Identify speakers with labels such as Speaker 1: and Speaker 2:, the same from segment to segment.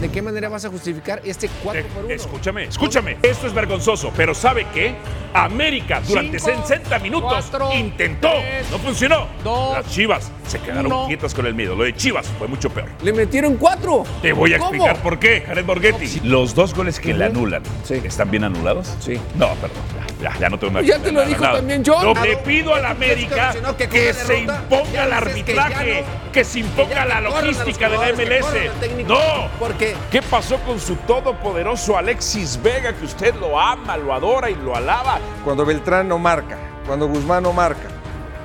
Speaker 1: ¿De qué manera vas a justificar este 4
Speaker 2: Eh,
Speaker 1: por 1?
Speaker 2: escúchame, escúchame. Esto es vergonzoso, pero ¿sabe qué? América durante
Speaker 1: Cinco,
Speaker 2: 60 minutos
Speaker 1: cuatro,
Speaker 2: intentó,
Speaker 1: tres,
Speaker 2: no funcionó.
Speaker 1: dos,
Speaker 2: Las Chivas se quedaron
Speaker 1: uno.
Speaker 2: quietas con el miedo. Lo de Chivas fue mucho peor.
Speaker 1: Le metieron 4.
Speaker 2: Te voy a
Speaker 1: ¿Cómo?
Speaker 2: explicar por qué, Jared Borghetti. Los dos goles que le anulan,
Speaker 1: Sí.
Speaker 2: ¿están bien anulados?
Speaker 1: Sí.
Speaker 2: No, perdón. Ya, ya, ya no tengo más.
Speaker 1: Ya te lo dijo también John.
Speaker 2: No,
Speaker 3: Ah,
Speaker 1: Claro.
Speaker 2: le pido a la
Speaker 1: Ya tú crees que
Speaker 2: América
Speaker 1: mencionó que
Speaker 2: que,
Speaker 1: con la
Speaker 2: se
Speaker 1: derrota
Speaker 2: imponga
Speaker 1: ya
Speaker 2: el
Speaker 1: dices que ya
Speaker 2: arbitraje,
Speaker 1: no,
Speaker 2: que se imponga
Speaker 1: ya
Speaker 2: la
Speaker 1: que corran a los
Speaker 2: logística de la
Speaker 1: jugadores, que corran al
Speaker 2: MLS.
Speaker 1: técnico,
Speaker 2: No.
Speaker 1: porque-
Speaker 2: ¿Qué pasó con su todopoderoso Alexis Vega, que usted lo ama, lo adora y lo alaba?
Speaker 4: Cuando Beltrán no marca, cuando Guzmán no marca,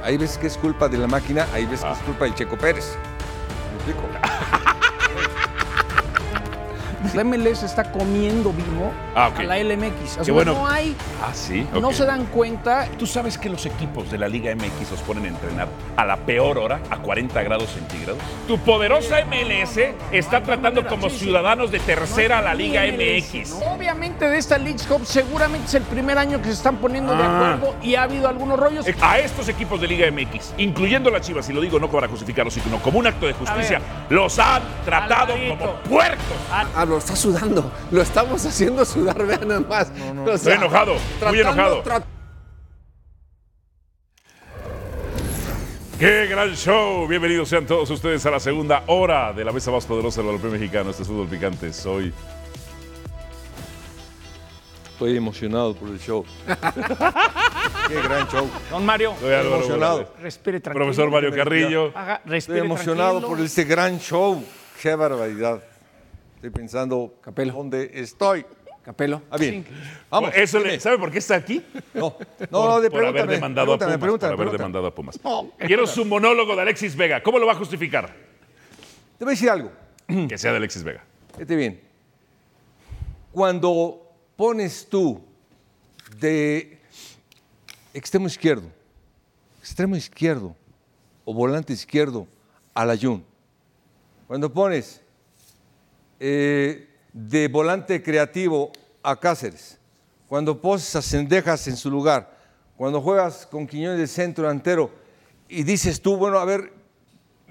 Speaker 4: hay veces que es culpa de la máquina, hay veces que
Speaker 2: Ah.
Speaker 4: es culpa del Checo Pérez. ¿Me explico?
Speaker 3: La MLS está comiendo vivo
Speaker 2: Ah, ok.
Speaker 3: a la LMX. O
Speaker 2: Qué
Speaker 3: sea,
Speaker 2: bueno.
Speaker 3: no hay,
Speaker 2: Ah, sí.
Speaker 3: no
Speaker 2: ok.
Speaker 3: se dan cuenta.
Speaker 2: ¿Tú sabes que los equipos de la Liga MX los ponen a entrenar a la peor hora, a 40 grados centígrados? Tu poderosa MLS está tratando como ciudadanos de tercera a la Liga MX.
Speaker 3: Obviamente de esta League Cup seguramente es el primer año que se están poniendo de
Speaker 2: Ah.
Speaker 3: acuerdo y ha habido algunos rollos.
Speaker 2: A estos equipos de Liga MX, incluyendo las Chivas, y lo digo no para justificarlos, sino como un acto de justicia, los han tratado
Speaker 3: Alvarito.
Speaker 2: como puercos.
Speaker 1: Ah, lo está sudando. Lo estamos haciendo sudar, vean nada más. O
Speaker 2: Estoy
Speaker 1: sea,
Speaker 2: enojado, muy
Speaker 1: tratando-
Speaker 2: enojado.
Speaker 1: tra-
Speaker 2: ¡Qué gran show! Bienvenidos sean todos ustedes a la segunda hora de la mesa más poderosa del balompié mexicano. Este es Fútbol Picante. Soy
Speaker 4: Estoy emocionado por el show. Qué gran show.
Speaker 5: Don Mario,
Speaker 2: soy Álvaro
Speaker 4: emocionado.
Speaker 2: Morales.
Speaker 5: respire tranquilo.
Speaker 2: Profesor Mario Carrillo.
Speaker 5: Haga-
Speaker 4: Estoy
Speaker 5: respire
Speaker 4: emocionado
Speaker 5: tranquilo.
Speaker 4: por este gran show. Qué barbaridad. Estoy pensando
Speaker 1: Capelo.
Speaker 4: dónde estoy.
Speaker 1: Capelo.
Speaker 4: Ah, bien. Vamos.
Speaker 2: Eso le-
Speaker 4: dime.
Speaker 2: ¿Sabe por qué está aquí?
Speaker 4: No, no, no, de
Speaker 2: por haber
Speaker 4: pregúntame,
Speaker 2: demandado a Pumas.
Speaker 4: pregúntame, pregúntame,
Speaker 2: por
Speaker 4: pregúntame.
Speaker 2: haber demandado a Pumas. Quiero su monólogo de Alexis Vega. ¿Cómo lo va a justificar?
Speaker 4: Te voy a decir algo.
Speaker 2: que sea de Alexis Vega.
Speaker 4: Fíjate bien. Cuando pones tú de extremo izquierdo, extremo izquierdo o volante izquierdo al ayun, cuando pones eh, de volante creativo a Cáceres, cuando poses a Cendejas en su lugar, cuando juegas con Quiñones de centro delantero y dices tú, bueno, a ver,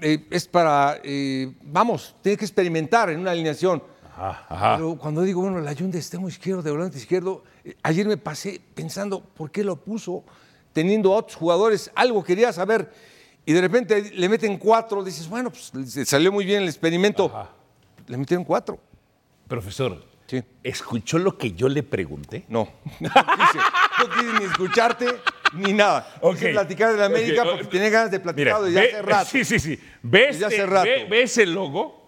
Speaker 4: eh, es para, eh, vamos, tienes que experimentar en una alineación. Pero cuando digo, bueno, la Jun de extremo izquierdo, de volante izquierdo, eh, ayer me pasé pensando, ¿por qué lo puso? Teniendo a otros jugadores, algo quería saber. Y de repente le meten cuatro, dices, bueno, pues le salió muy bien el experimento. Le metieron cuatro.
Speaker 6: Profesor,
Speaker 4: Sí.
Speaker 6: ¿escuchó lo que yo le pregunté?
Speaker 4: No. No quise, no quise ni escucharte ni nada. Quise
Speaker 2: Ok.
Speaker 4: platicar de la América
Speaker 2: Ok,
Speaker 4: porque
Speaker 2: o-
Speaker 4: tenía ganas de platicar
Speaker 2: Mira,
Speaker 4: desde
Speaker 2: ve-
Speaker 4: hace rato.
Speaker 2: Sí, sí, sí. ¿Ves
Speaker 4: Desde hace
Speaker 2: este-
Speaker 4: rato.
Speaker 2: ve- ve ese logo?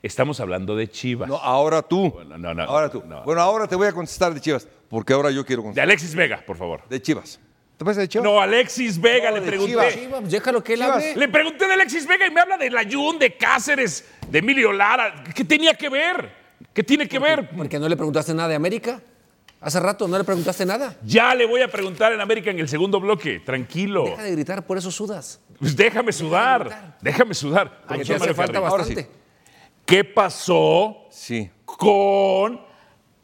Speaker 2: Estamos hablando de Chivas.
Speaker 4: No, ahora tú.
Speaker 2: Bueno, no, no,
Speaker 4: ahora tú.
Speaker 2: no.
Speaker 4: Bueno, ahora te voy a contestar de Chivas, porque ahora yo quiero
Speaker 2: De
Speaker 4: contestar
Speaker 2: Alexis Vega, por favor.
Speaker 4: de Chivas. ¿Te parece de Chivas?
Speaker 2: No, Alexis Vega,
Speaker 4: No,
Speaker 2: le
Speaker 4: de
Speaker 2: pregunté.
Speaker 4: Chivas.
Speaker 1: Sí, vamos, déjalo que él
Speaker 4: Chivas.
Speaker 1: hable.
Speaker 2: Le pregunté de Alexis Vega y me habla de Layún, de Cáceres, de Emilio Lara. ¿Qué tenía que ver? ¿Qué tiene que ver?
Speaker 1: Porque no le preguntaste nada de América. Hace rato no le preguntaste nada.
Speaker 2: Ya le voy a preguntar en América en el segundo bloque. Tranquilo.
Speaker 1: Deja de gritar, por eso sudas.
Speaker 2: Pues déjame sudar. Déjame sudar.
Speaker 1: Porque Ah,
Speaker 2: Profesor
Speaker 1: te hace
Speaker 2: Mario
Speaker 1: falta
Speaker 2: Carrillo.
Speaker 4: Ahora sí.
Speaker 1: bastante.
Speaker 2: ¿Qué pasó
Speaker 4: Sí.
Speaker 2: con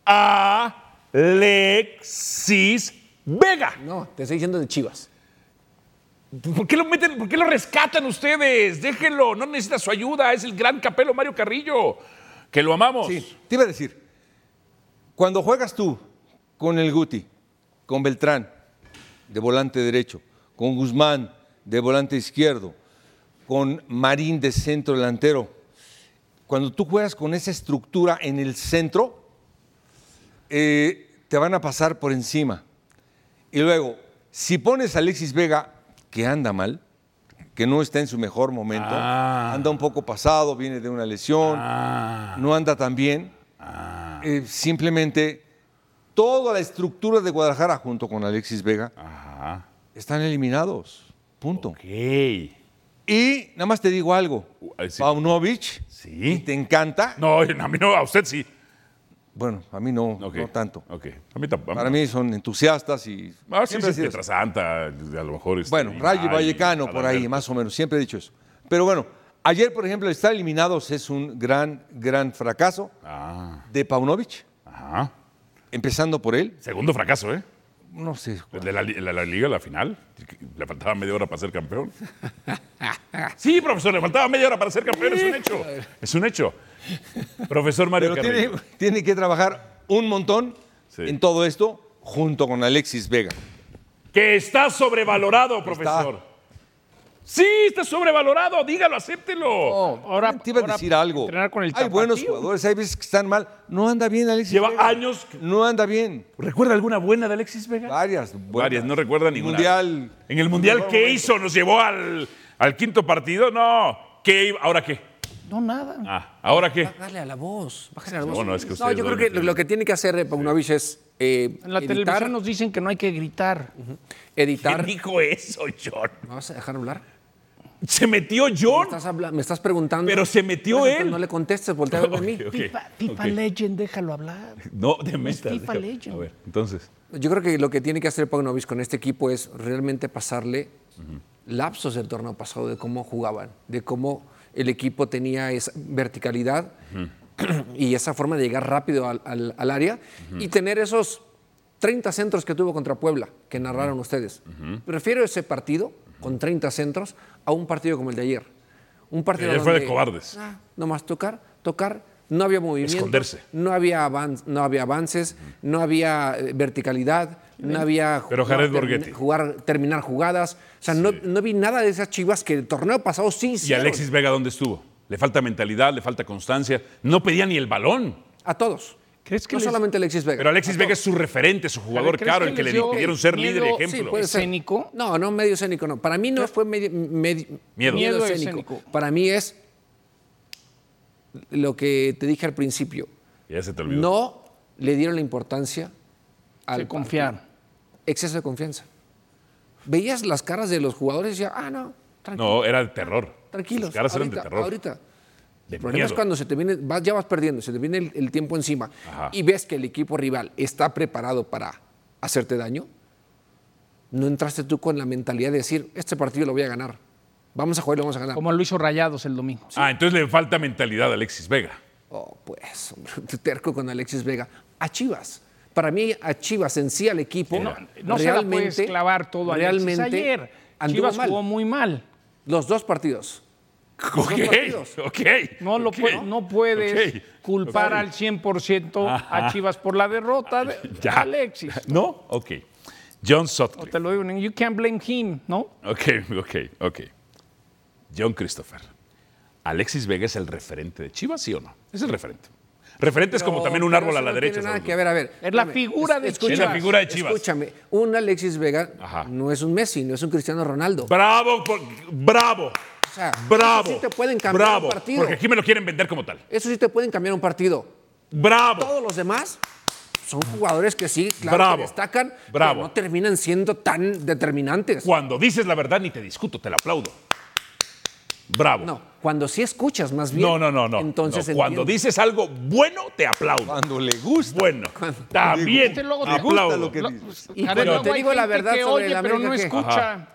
Speaker 2: Alexis Vega.
Speaker 1: No, te estoy diciendo de Chivas.
Speaker 2: ¿Por qué lo meten? ¿Por qué lo rescatan ustedes? Déjenlo, no necesita su ayuda, es el gran capelo Mario Carrillo, que lo amamos.
Speaker 4: Sí, te iba a decir, cuando juegas tú con el Guti, con Beltrán, de volante derecho, con Guzmán, de volante izquierdo, con Marín de centro delantero, cuando tú juegas con esa estructura en el centro, eh, te van a pasar por encima. Y luego, si pones a Alexis Vega, que anda mal, que no está en su mejor momento, anda un poco pasado, viene de una lesión, no anda tan bien, eh, simplemente toda la estructura de Guadalajara junto con Alexis Vega están eliminados. Punto.
Speaker 2: Ey.
Speaker 4: Y nada más te digo algo.
Speaker 2: Uh, Ay, sí.
Speaker 4: Paunovic,
Speaker 2: Sí.
Speaker 4: y te encanta.
Speaker 2: No, a mí no, a usted sí.
Speaker 4: Bueno, a mí no,
Speaker 2: Ok.
Speaker 4: no tanto.
Speaker 2: Ok. A mí tampoco.
Speaker 4: Para mí son entusiastas y
Speaker 2: Ah,
Speaker 4: siempre ha
Speaker 2: sí, sí,
Speaker 4: sido así.
Speaker 2: Pietrasanta, a lo mejor. este,
Speaker 4: Bueno, Rayo
Speaker 2: Ibai,
Speaker 4: Vallecano, por ahí,
Speaker 2: Adalberto.
Speaker 4: más o menos. Siempre he dicho eso. Pero bueno, ayer, por ejemplo, estar eliminados es un gran, gran fracaso de Paunovic,
Speaker 2: Ah. Ajá.
Speaker 4: empezando por él.
Speaker 2: Segundo fracaso, ¿eh?
Speaker 4: no sé.
Speaker 2: Pues De la, li- la- la liga, la final. Le faltaba media hora para ser campeón. Sí, profesor, le faltaba media hora para ser campeón. Es un hecho. Es un hecho. Profesor Mario
Speaker 4: Pero tiene,
Speaker 2: Carrillo.
Speaker 4: tiene que trabajar un montón
Speaker 2: Sí.
Speaker 4: en todo esto junto con Alexis Vega.
Speaker 2: Que está sobrevalorado, profesor. Sí, está sobrevalorado. Dígalo, acéptelo.
Speaker 3: ahora
Speaker 4: te iba a
Speaker 3: ahora
Speaker 4: decir algo.
Speaker 3: entrenar con el
Speaker 4: hay buenos
Speaker 3: tapatío.
Speaker 4: jugadores, hay veces que están mal. No anda bien Alexis
Speaker 2: Lleva
Speaker 4: Vega.
Speaker 2: años que-
Speaker 4: No anda bien.
Speaker 2: ¿Recuerda alguna buena de Alexis Vega?
Speaker 4: Varias. buenas.
Speaker 2: Varias, no recuerda ninguna.
Speaker 4: Mundial.
Speaker 2: En el Mundial, ¿qué hizo? ¿Nos llevó al, al quinto partido? No. ¿Qué? iba- ¿Ahora qué?
Speaker 3: No, nada.
Speaker 2: Ah, ¿ahora qué?
Speaker 5: Bájale a la voz, bájale a la voz.
Speaker 2: No, no, es que
Speaker 5: No,
Speaker 2: ustedes
Speaker 5: yo creo
Speaker 2: duelen
Speaker 5: que lo,
Speaker 2: tremendo.
Speaker 5: lo que tiene que hacer eh, Paunovic es eh,
Speaker 3: En la
Speaker 5: editar,
Speaker 3: televisión nos dicen que no hay que gritar.
Speaker 5: editar.
Speaker 2: ¿Quién dijo eso, John?
Speaker 5: ¿Me vas a dejar hablar?
Speaker 2: Se metió John.
Speaker 5: Estás habla- me estás preguntando.
Speaker 2: Pero se metió
Speaker 5: Por eso,
Speaker 2: él.
Speaker 5: No le contestes, voltea a verme a mí.
Speaker 2: Ok, ok,
Speaker 3: Pipa, Pipa
Speaker 2: ok.
Speaker 3: Legend, déjalo hablar.
Speaker 2: No, de metas.
Speaker 3: FIFA
Speaker 2: déjame.
Speaker 3: Legend.
Speaker 2: A ver, entonces.
Speaker 5: Yo creo que lo que tiene que hacer Pognovich con este equipo es realmente pasarle lapsos del torneo pasado de cómo jugaban, de cómo el equipo tenía esa verticalidad y esa forma de llegar rápido al, al- al área y tener esos 30 centros que tuvo contra Puebla, que narraron ustedes. Prefiero ese partido con 30 centros a un partido como el de ayer. Un partido
Speaker 2: Ayer fue de
Speaker 5: donde-
Speaker 2: cobardes.
Speaker 5: Ah, nomás tocar, tocar, no había movimiento.
Speaker 2: Esconderse.
Speaker 5: No había, avan- no había avances, no había eh, verticalidad, no había ju-
Speaker 2: Pero Jared
Speaker 5: jugar-
Speaker 2: Borghetti.
Speaker 5: jugar, terminar jugadas. O sea, no, no vi nada de esas chivas que el torneo pasado sí
Speaker 2: ¿Y
Speaker 5: hicieron.
Speaker 2: Alexis Vega dónde estuvo? Le falta mentalidad, le falta constancia. No pedía ni el balón.
Speaker 5: A todos.
Speaker 3: ¿Crees que
Speaker 5: no
Speaker 3: les-
Speaker 5: solamente Alexis Vega.
Speaker 2: Pero Alexis Vega es su referente, su jugador
Speaker 3: ¿crees
Speaker 2: caro,
Speaker 3: que
Speaker 2: el que
Speaker 3: les
Speaker 2: le
Speaker 3: dio
Speaker 2: impidieron ser
Speaker 3: miedo?
Speaker 2: líder y
Speaker 3: Sí,
Speaker 2: ejemplo.
Speaker 5: puede ser.
Speaker 3: ¿Escénico?
Speaker 5: No, no medio escénico, no. Para mí no fue medio, medio-
Speaker 2: Miedo.
Speaker 3: Miedo
Speaker 5: escénico.
Speaker 3: escénico.
Speaker 5: Para mí es lo que te dije al principio.
Speaker 2: Ya se te olvidó.
Speaker 5: No le dieron la importancia al
Speaker 3: Se confiaron.
Speaker 5: exceso de confianza. Veías las caras de los jugadores y decía, ah, no, tranquilo,
Speaker 2: No, era de terror.
Speaker 5: tranquilos.
Speaker 2: Las caras
Speaker 5: ahorita,
Speaker 2: eran de terror.
Speaker 5: Ahorita.
Speaker 2: De
Speaker 5: el problema es
Speaker 2: miedo.
Speaker 5: cuando se te viene, vas- ya vas perdiendo, se te viene el, el tiempo encima
Speaker 2: Ajá.
Speaker 5: y ves que el equipo rival está preparado para hacerte daño. No entraste tú con la mentalidad de decir, este partido lo voy a ganar. Vamos a jugar y lo vamos a ganar.
Speaker 3: Como lo hizo Rayados el domingo.
Speaker 2: Ah, entonces le falta mentalidad a Alexis Vega.
Speaker 5: Oh, pues, hombre, terco con Alexis Vega. A Chivas. Para mí, a Chivas en sí, al equipo,
Speaker 2: No,
Speaker 3: No se la puedes clavar todo a Alexis.
Speaker 5: realmente
Speaker 3: ayer.
Speaker 5: anduvo
Speaker 3: Chivas
Speaker 5: mal.
Speaker 3: jugó muy mal.
Speaker 5: Los dos partidos.
Speaker 2: Ok,
Speaker 5: partidos.
Speaker 2: ok.
Speaker 3: No, lo
Speaker 2: ok,
Speaker 3: pue- no puedes
Speaker 2: ok,
Speaker 3: culpar
Speaker 2: ok.
Speaker 3: al 100%
Speaker 2: Ajá.
Speaker 3: a Chivas por la derrota de de
Speaker 2: Ya.
Speaker 3: Alexis.
Speaker 2: ¿No? Ok. John
Speaker 3: O
Speaker 2: Sutcliffe.
Speaker 3: te lo digo, you can't blame him, ¿no?
Speaker 2: Ok, ok, ok. John Christopher. Alexis Vega es el referente de Chivas, ¿sí o no? Es el referente. Referente es como
Speaker 5: No,
Speaker 2: también un
Speaker 5: pero
Speaker 2: árbol
Speaker 5: eso
Speaker 2: a la
Speaker 5: no
Speaker 2: derecha.
Speaker 5: Tiene nada
Speaker 2: Saúl.
Speaker 5: que ver, a ver.
Speaker 3: Es la
Speaker 5: espérame,
Speaker 3: figura de
Speaker 5: escúchame,
Speaker 2: Es la figura de Chivas.
Speaker 5: Escúchame, un Alexis Vega
Speaker 2: Ajá.
Speaker 5: no es un Messi, no es un Cristiano Ronaldo.
Speaker 2: Bravo, por- bravo.
Speaker 5: O sea,
Speaker 2: bravo.
Speaker 5: eso sí te pueden cambiar
Speaker 2: bravo,
Speaker 5: un partido.
Speaker 2: Porque aquí me lo quieren vender como tal.
Speaker 5: Eso sí te pueden cambiar un partido.
Speaker 2: Bravo.
Speaker 5: Todos los demás son jugadores que sí, claro,
Speaker 2: Bravo.
Speaker 5: que destacan,
Speaker 2: Bravo.
Speaker 5: pero no terminan siendo tan determinantes.
Speaker 2: Cuando dices la verdad ni te discuto, te la aplaudo. Bravo.
Speaker 5: No, cuando sí escuchas más bien.
Speaker 2: no, no, no. no.
Speaker 5: Entonces
Speaker 2: No, Cuando
Speaker 5: entiendes.
Speaker 2: dices algo bueno, te aplaudo.
Speaker 4: Cuando le gusta.
Speaker 2: Bueno, también
Speaker 3: Este luego te
Speaker 2: aplaudo.
Speaker 4: gusta lo que dices.
Speaker 3: Karen,
Speaker 5: Y cuando
Speaker 3: luego
Speaker 5: te
Speaker 3: pues, hay
Speaker 5: digo la
Speaker 3: gente
Speaker 5: verdad
Speaker 3: que
Speaker 5: sobre
Speaker 3: oye,
Speaker 5: la
Speaker 3: pero
Speaker 5: América,
Speaker 3: no
Speaker 5: ¿qué?
Speaker 3: escucha. ¿eh?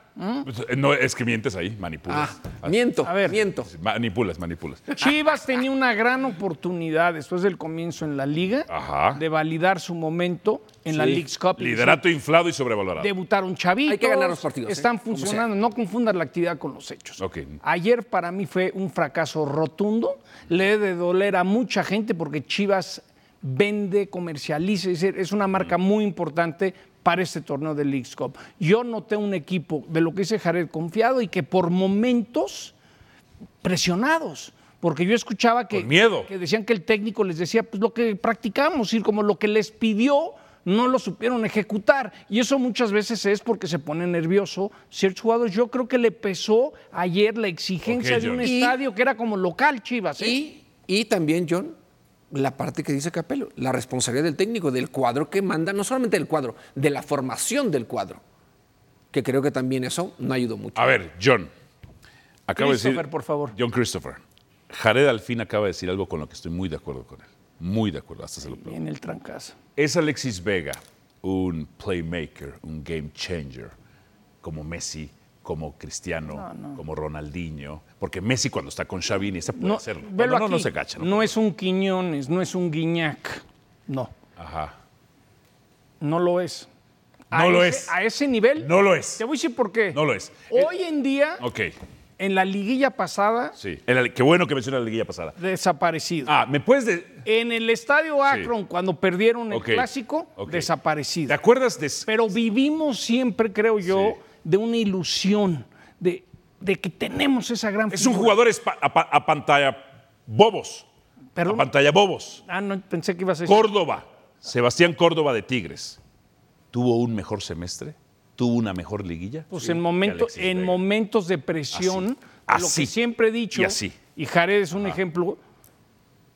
Speaker 2: No, es que mientes ahí, manipulas.
Speaker 5: Ah, miento,
Speaker 3: A ver.
Speaker 5: miento.
Speaker 2: Manipulas, manipulas.
Speaker 3: Chivas tenía una gran oportunidad después del comienzo en la liga
Speaker 2: Ajá.
Speaker 3: de validar su momento en la League's Cup.
Speaker 2: Liderato inflado y sobrevalorado.
Speaker 3: Debutaron chavitos.
Speaker 5: Hay que ganar los partidos, ¿eh?
Speaker 3: Están
Speaker 5: Como sea.
Speaker 3: funcionando. No confundas la actividad con los hechos.
Speaker 2: Ok.
Speaker 3: Ayer para mí fue un fracaso rotundo. Le debe de doler a mucha gente porque Chivas vende, comercializa. Es, decir, es una marca muy importante para este torneo de League's Cup. Yo noté un equipo de lo que dice Jared confiado y que por momentos presionados. Porque yo escuchaba que,
Speaker 2: Con miedo.
Speaker 3: que decían que el técnico les decía, pues lo que practicamos, ir como lo que les pidió, no lo supieron ejecutar. Y eso muchas veces es porque se pone nervioso ciertos jugadores. Yo creo que le pesó ayer la exigencia
Speaker 2: Ok,
Speaker 3: de un
Speaker 2: Jordi.
Speaker 5: Y-
Speaker 3: estadio que era como local, Chivas. ¿eh?
Speaker 5: Y, y también, John, la parte que dice Capello, la responsabilidad del técnico, del cuadro que manda, no solamente del cuadro, de la formación del cuadro. Que creo que también eso no ayudó mucho.
Speaker 2: A ver, John. Acabo de decir.
Speaker 3: Christopher, por favor.
Speaker 2: John Christopher. Jared al fin acaba de decir algo con lo que estoy muy de acuerdo con él. Muy de acuerdo, hasta se lo aplaudo.
Speaker 3: en el trancazo.
Speaker 2: ¿Es Alexis Vega un playmaker, un game changer, como Messi, como Cristiano, como Ronaldinho? Porque Messi cuando está con Xavi ni se puede
Speaker 3: No,
Speaker 2: hacerlo.
Speaker 3: velo
Speaker 2: Cuando no, no
Speaker 3: aquí.
Speaker 2: se cacha. ¿no?
Speaker 3: No es un Quiñones, no es un Guiñac. No,
Speaker 2: Ajá.
Speaker 3: no lo es. a
Speaker 2: No lo
Speaker 3: ese-
Speaker 2: es.
Speaker 3: A ese nivel.
Speaker 2: No lo es.
Speaker 3: Te voy a decir por qué.
Speaker 2: No lo es.
Speaker 3: Hoy en día,
Speaker 2: Ok,
Speaker 3: en la liguilla pasada,
Speaker 2: sí. El- qué bueno que menciona la liguilla pasada.
Speaker 3: desaparecido.
Speaker 2: Ah, ¿me puedes...? de-
Speaker 3: En el estadio Akron, cuando perdieron el
Speaker 2: Ok,
Speaker 3: clásico,
Speaker 2: ok.
Speaker 3: desaparecido.
Speaker 2: ¿Te acuerdas de...?
Speaker 3: Pero vivimos siempre, creo yo,
Speaker 2: Sí.
Speaker 3: de una ilusión, de, de que tenemos esa gran
Speaker 2: Es un
Speaker 3: figura.
Speaker 2: jugador espa- a, pa- a pantalla bobos.
Speaker 3: Perdón.
Speaker 2: A pantalla bobos.
Speaker 3: Ah, no, pensé que ibas a decir.
Speaker 2: Córdoba, Sebastián Córdoba de Tigres, tuvo un mejor semestre, tuvo una mejor liguilla.
Speaker 3: Pues en, momento,
Speaker 2: Alexis
Speaker 3: en
Speaker 2: Vega.
Speaker 3: momentos de presión,
Speaker 2: Así.
Speaker 3: lo
Speaker 2: Así.
Speaker 3: que siempre he dicho,
Speaker 2: Y así.
Speaker 3: Jared es un ejemplo,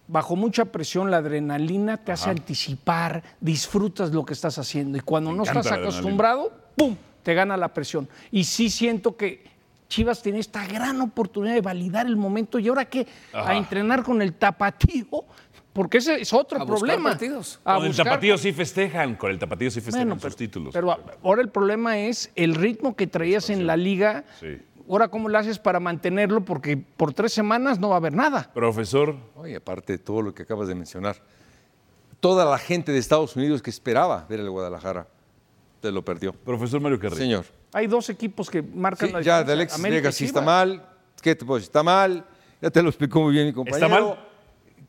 Speaker 3: bajo mucha presión la adrenalina te hace anticipar, disfrutas lo que estás haciendo y cuando no
Speaker 2: encanta
Speaker 3: estás
Speaker 2: la adrenalina.
Speaker 3: acostumbrado, ¡pum!, te gana la presión. Y sí siento que Chivas tiene esta gran oportunidad de validar el momento y ahora que a entrenar con el tapatío, porque ese es otro
Speaker 5: A buscar
Speaker 3: problema.
Speaker 5: partidos.
Speaker 3: A
Speaker 2: Con el
Speaker 3: buscar
Speaker 2: tapatío sí festejan, con el tapatío sí festejan sus títulos.
Speaker 3: pero ahora el problema es el ritmo que traías en la liga.
Speaker 2: Sí.
Speaker 3: Ahora, ¿cómo lo haces para mantenerlo? Porque por tres semanas no va a haber nada.
Speaker 2: Profesor,
Speaker 4: Oye, aparte de todo lo que acabas de mencionar, toda la gente de Estados Unidos que esperaba ver el Guadalajara, te lo perdió.
Speaker 2: profesor Mario Carrillo.
Speaker 4: Señor.
Speaker 3: Hay dos equipos que marcan
Speaker 4: Sí,
Speaker 3: la
Speaker 4: ya
Speaker 3: diferencia.
Speaker 4: de Alexis
Speaker 3: América y
Speaker 4: Vega sí está
Speaker 3: Chivas.
Speaker 4: mal. ¿Qué te puedo decir? Está mal. Ya te lo explicó muy bien mi compañero.
Speaker 2: mal?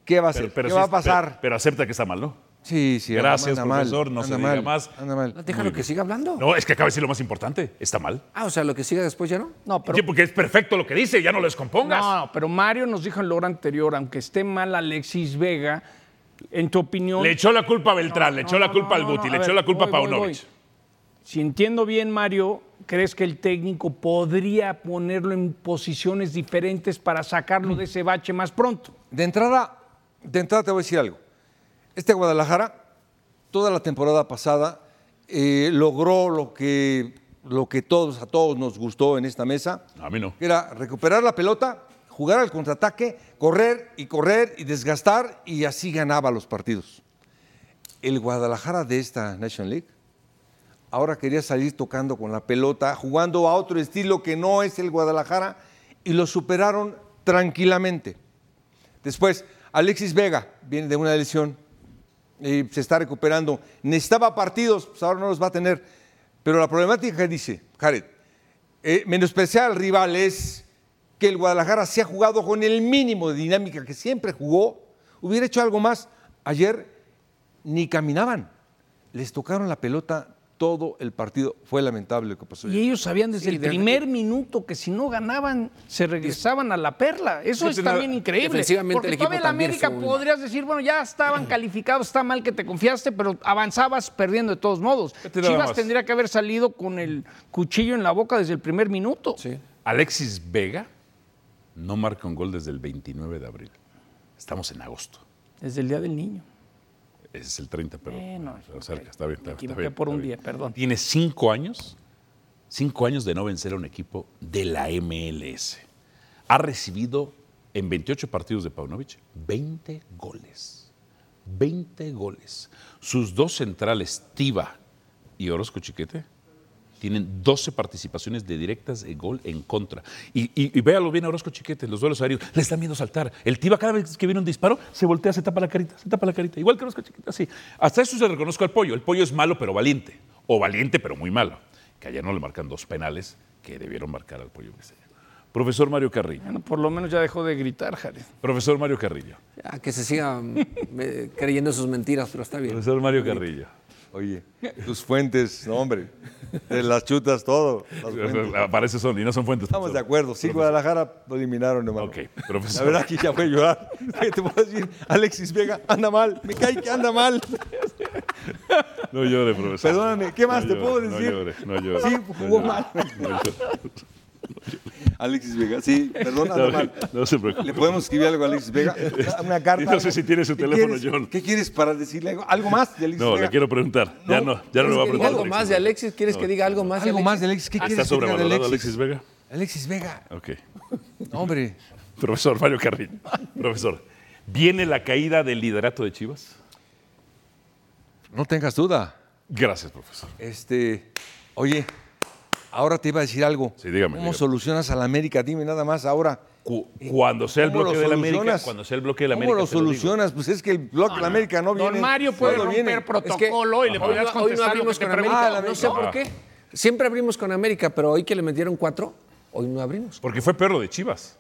Speaker 4: ¿Qué va a hacer?
Speaker 2: Pero- pero
Speaker 4: ¿Qué
Speaker 2: sí-
Speaker 4: va a pasar?
Speaker 2: Pero, pero acepta que está mal, ¿no?
Speaker 4: sí, sí.
Speaker 2: Gracias, profesor, no se
Speaker 4: anda
Speaker 2: diga
Speaker 4: mal,
Speaker 2: más.
Speaker 4: Anda mal.
Speaker 5: Déjalo que siga hablando.
Speaker 2: No, es que acaba de decir lo más importante. Está mal.
Speaker 5: Ah, o sea, lo que siga después ya no.
Speaker 3: No, pero,
Speaker 2: Sí, porque es perfecto lo que dice, ya no lo descompongas.
Speaker 3: no, no, pero Mario nos dijo en la hora anterior, aunque esté mal Alexis Vega, en tu opinión...
Speaker 2: Le echó la culpa a Beltrán, le
Speaker 3: No,
Speaker 2: echó la
Speaker 3: no,
Speaker 2: culpa
Speaker 3: no,
Speaker 2: al Guti,
Speaker 3: no,
Speaker 2: le
Speaker 3: a
Speaker 2: echó
Speaker 3: ver,
Speaker 2: la culpa
Speaker 3: voy,
Speaker 2: a
Speaker 3: voy,
Speaker 2: Paunovic.
Speaker 3: voy. Si entiendo bien, Mario, ¿crees que el técnico podría ponerlo en posiciones diferentes para sacarlo de ese bache más pronto?
Speaker 4: De entrada, de entrada te voy a decir algo. Este Guadalajara, toda la temporada pasada, eh, logró lo que, lo que todos, a todos nos gustó en esta mesa.
Speaker 2: A mí no.
Speaker 4: que era recuperar la pelota, jugar al contraataque, correr y correr y desgastar y así ganaba los partidos. El Guadalajara de esta National League ahora quería salir tocando con la pelota, jugando a otro estilo que no es el Guadalajara y lo superaron tranquilamente. Después, Alexis Vega viene de una lesión y se está recuperando. Necesitaba partidos, pues ahora no los va a tener. Pero la problemática que dice, Jared, eh, menospreciar al rival es que el Guadalajara se ha jugado con el mínimo de dinámica que siempre jugó. Hubiera hecho algo más. Ayer ni caminaban. Les tocaron la pelota todo el partido. Fue lamentable lo que pasó.
Speaker 3: Y ellos sabían desde el primer minuto que si no ganaban, se regresaban a la perla. Eso es también increíble.
Speaker 5: defensivamente
Speaker 3: Porque
Speaker 5: el equipo
Speaker 3: todavía la
Speaker 5: también
Speaker 3: América
Speaker 5: fue muy
Speaker 3: podrías decir, bueno, ya estaban calificados, está mal que te confiaste, pero avanzabas perdiendo de todos modos.
Speaker 2: Vete nada
Speaker 3: Chivas
Speaker 2: más.
Speaker 3: tendría que haber salido con el cuchillo en la boca desde el primer minuto.
Speaker 5: Sí.
Speaker 2: Alexis Vega no marca un gol desde el 29 de abril. Estamos en agosto.
Speaker 3: Desde el día del niño.
Speaker 2: Ese es el 30, pero
Speaker 3: Bueno,
Speaker 2: pero cerca, está bien. Está,
Speaker 3: Me
Speaker 2: está
Speaker 3: equivoqué
Speaker 2: bien,
Speaker 3: por
Speaker 2: está
Speaker 3: un día,
Speaker 2: bien.
Speaker 3: perdón.
Speaker 2: Tiene cinco años, cinco años de no vencer a un equipo de la MLS. Ha recibido en 28 partidos de Paunovic 20 goles. 20 goles. Sus dos centrales, Tiva y Orozco Chiquete, tienen 12 participaciones de directas de gol en contra. Y, y- y véalo bien a Orozco Chiquete, los duelos aéreos, les da miedo saltar. El Tiva cada vez que viene un disparo, se voltea, se tapa la carita, se tapa la carita. Igual que Orozco Chiquete, así. Hasta eso se le reconozco al Pollo. El Pollo es malo pero valiente, o valiente pero muy malo. Que ayer no le marcan dos penales que debieron marcar al Pollo Briseño. Profesor Mario Carrillo.
Speaker 3: Bueno, por lo menos ya dejó de gritar, Jared.
Speaker 2: Profesor Mario Carrillo.
Speaker 5: Ah, que se siga eh, creyendo sus mentiras, pero está bien.
Speaker 2: Profesor Mario Carrillo.
Speaker 4: Oye, tus fuentes, no hombre, te las chutas todo. las fuentes.
Speaker 2: Aparece son y no son fuentes.
Speaker 4: Estamos de
Speaker 2: profesor.
Speaker 4: acuerdo. Sí, Guadalajara lo eliminaron, hermano.
Speaker 2: Ok, profesor.
Speaker 4: La verdad que ya voy a llorar. ¿Qué te puedo decir? Alexis Vega anda mal. Me cae que anda mal.
Speaker 2: No llore, profesor.
Speaker 4: Perdóname, ¿qué más te puedo
Speaker 2: llore,
Speaker 4: decir?
Speaker 2: No llore, no llore.
Speaker 4: Sí,
Speaker 2: No
Speaker 4: jugó
Speaker 2: llore,
Speaker 4: mal.
Speaker 2: no llore.
Speaker 4: Alexis Vega, sí, perdón, anda
Speaker 2: No,
Speaker 4: mal.
Speaker 2: no se preocupe.
Speaker 4: ¿Le podemos escribir algo a Alexis Vega? Una carta.
Speaker 2: No sé si tiene su
Speaker 4: ¿Qué
Speaker 2: teléfono,
Speaker 4: quieres?
Speaker 2: John.
Speaker 4: ¿Qué quieres para decirle algo, algo más de Alexis
Speaker 2: No,
Speaker 4: Vega?
Speaker 2: le quiero preguntar. Ya no, ya no le voy
Speaker 5: ¿Quieres que diga
Speaker 2: a preguntar.
Speaker 5: algo más de Alexis? ¿Quieres que diga algo más? de
Speaker 4: Algo
Speaker 5: Alexis?
Speaker 4: más de Alexis. ¿Qué quieres
Speaker 2: Ah, ¿Está
Speaker 4: decir de
Speaker 2: sobrevalorado
Speaker 4: Alexis?
Speaker 2: Alexis Vega?
Speaker 4: Alexis Vega,
Speaker 2: Ok.
Speaker 4: no, hombre.
Speaker 2: Profesor Mario Carrillo. Profesor, ¿viene la caída del liderato de Chivas?
Speaker 4: No tengas duda.
Speaker 2: Gracias, profesor.
Speaker 4: Este, oye, Ahora te iba a decir algo.
Speaker 2: Sí, dígame,
Speaker 4: ¿Cómo
Speaker 2: dígame.
Speaker 4: solucionas a la América? Dime nada más ahora.
Speaker 2: Cu- cuando sea el
Speaker 4: ¿Cómo lo
Speaker 2: bloque de la América,
Speaker 4: solucionas?
Speaker 2: cuando sea el bloque de la América.
Speaker 4: ¿Cómo lo
Speaker 2: te digo.
Speaker 4: solucionas? Pues es que el bloque de la América no viene.
Speaker 3: Don Mario puede
Speaker 4: no
Speaker 3: romper
Speaker 4: viene. Ah,
Speaker 3: protocolo y le podrías
Speaker 5: Hoy no
Speaker 3: contestar lo que
Speaker 5: abrimos
Speaker 3: te
Speaker 5: con
Speaker 3: pregunta.
Speaker 5: América. No sé por qué. Siempre abrimos con América, pero hoy que le metieron cuatro, hoy no abrimos.
Speaker 2: Porque fue perro de Chivas.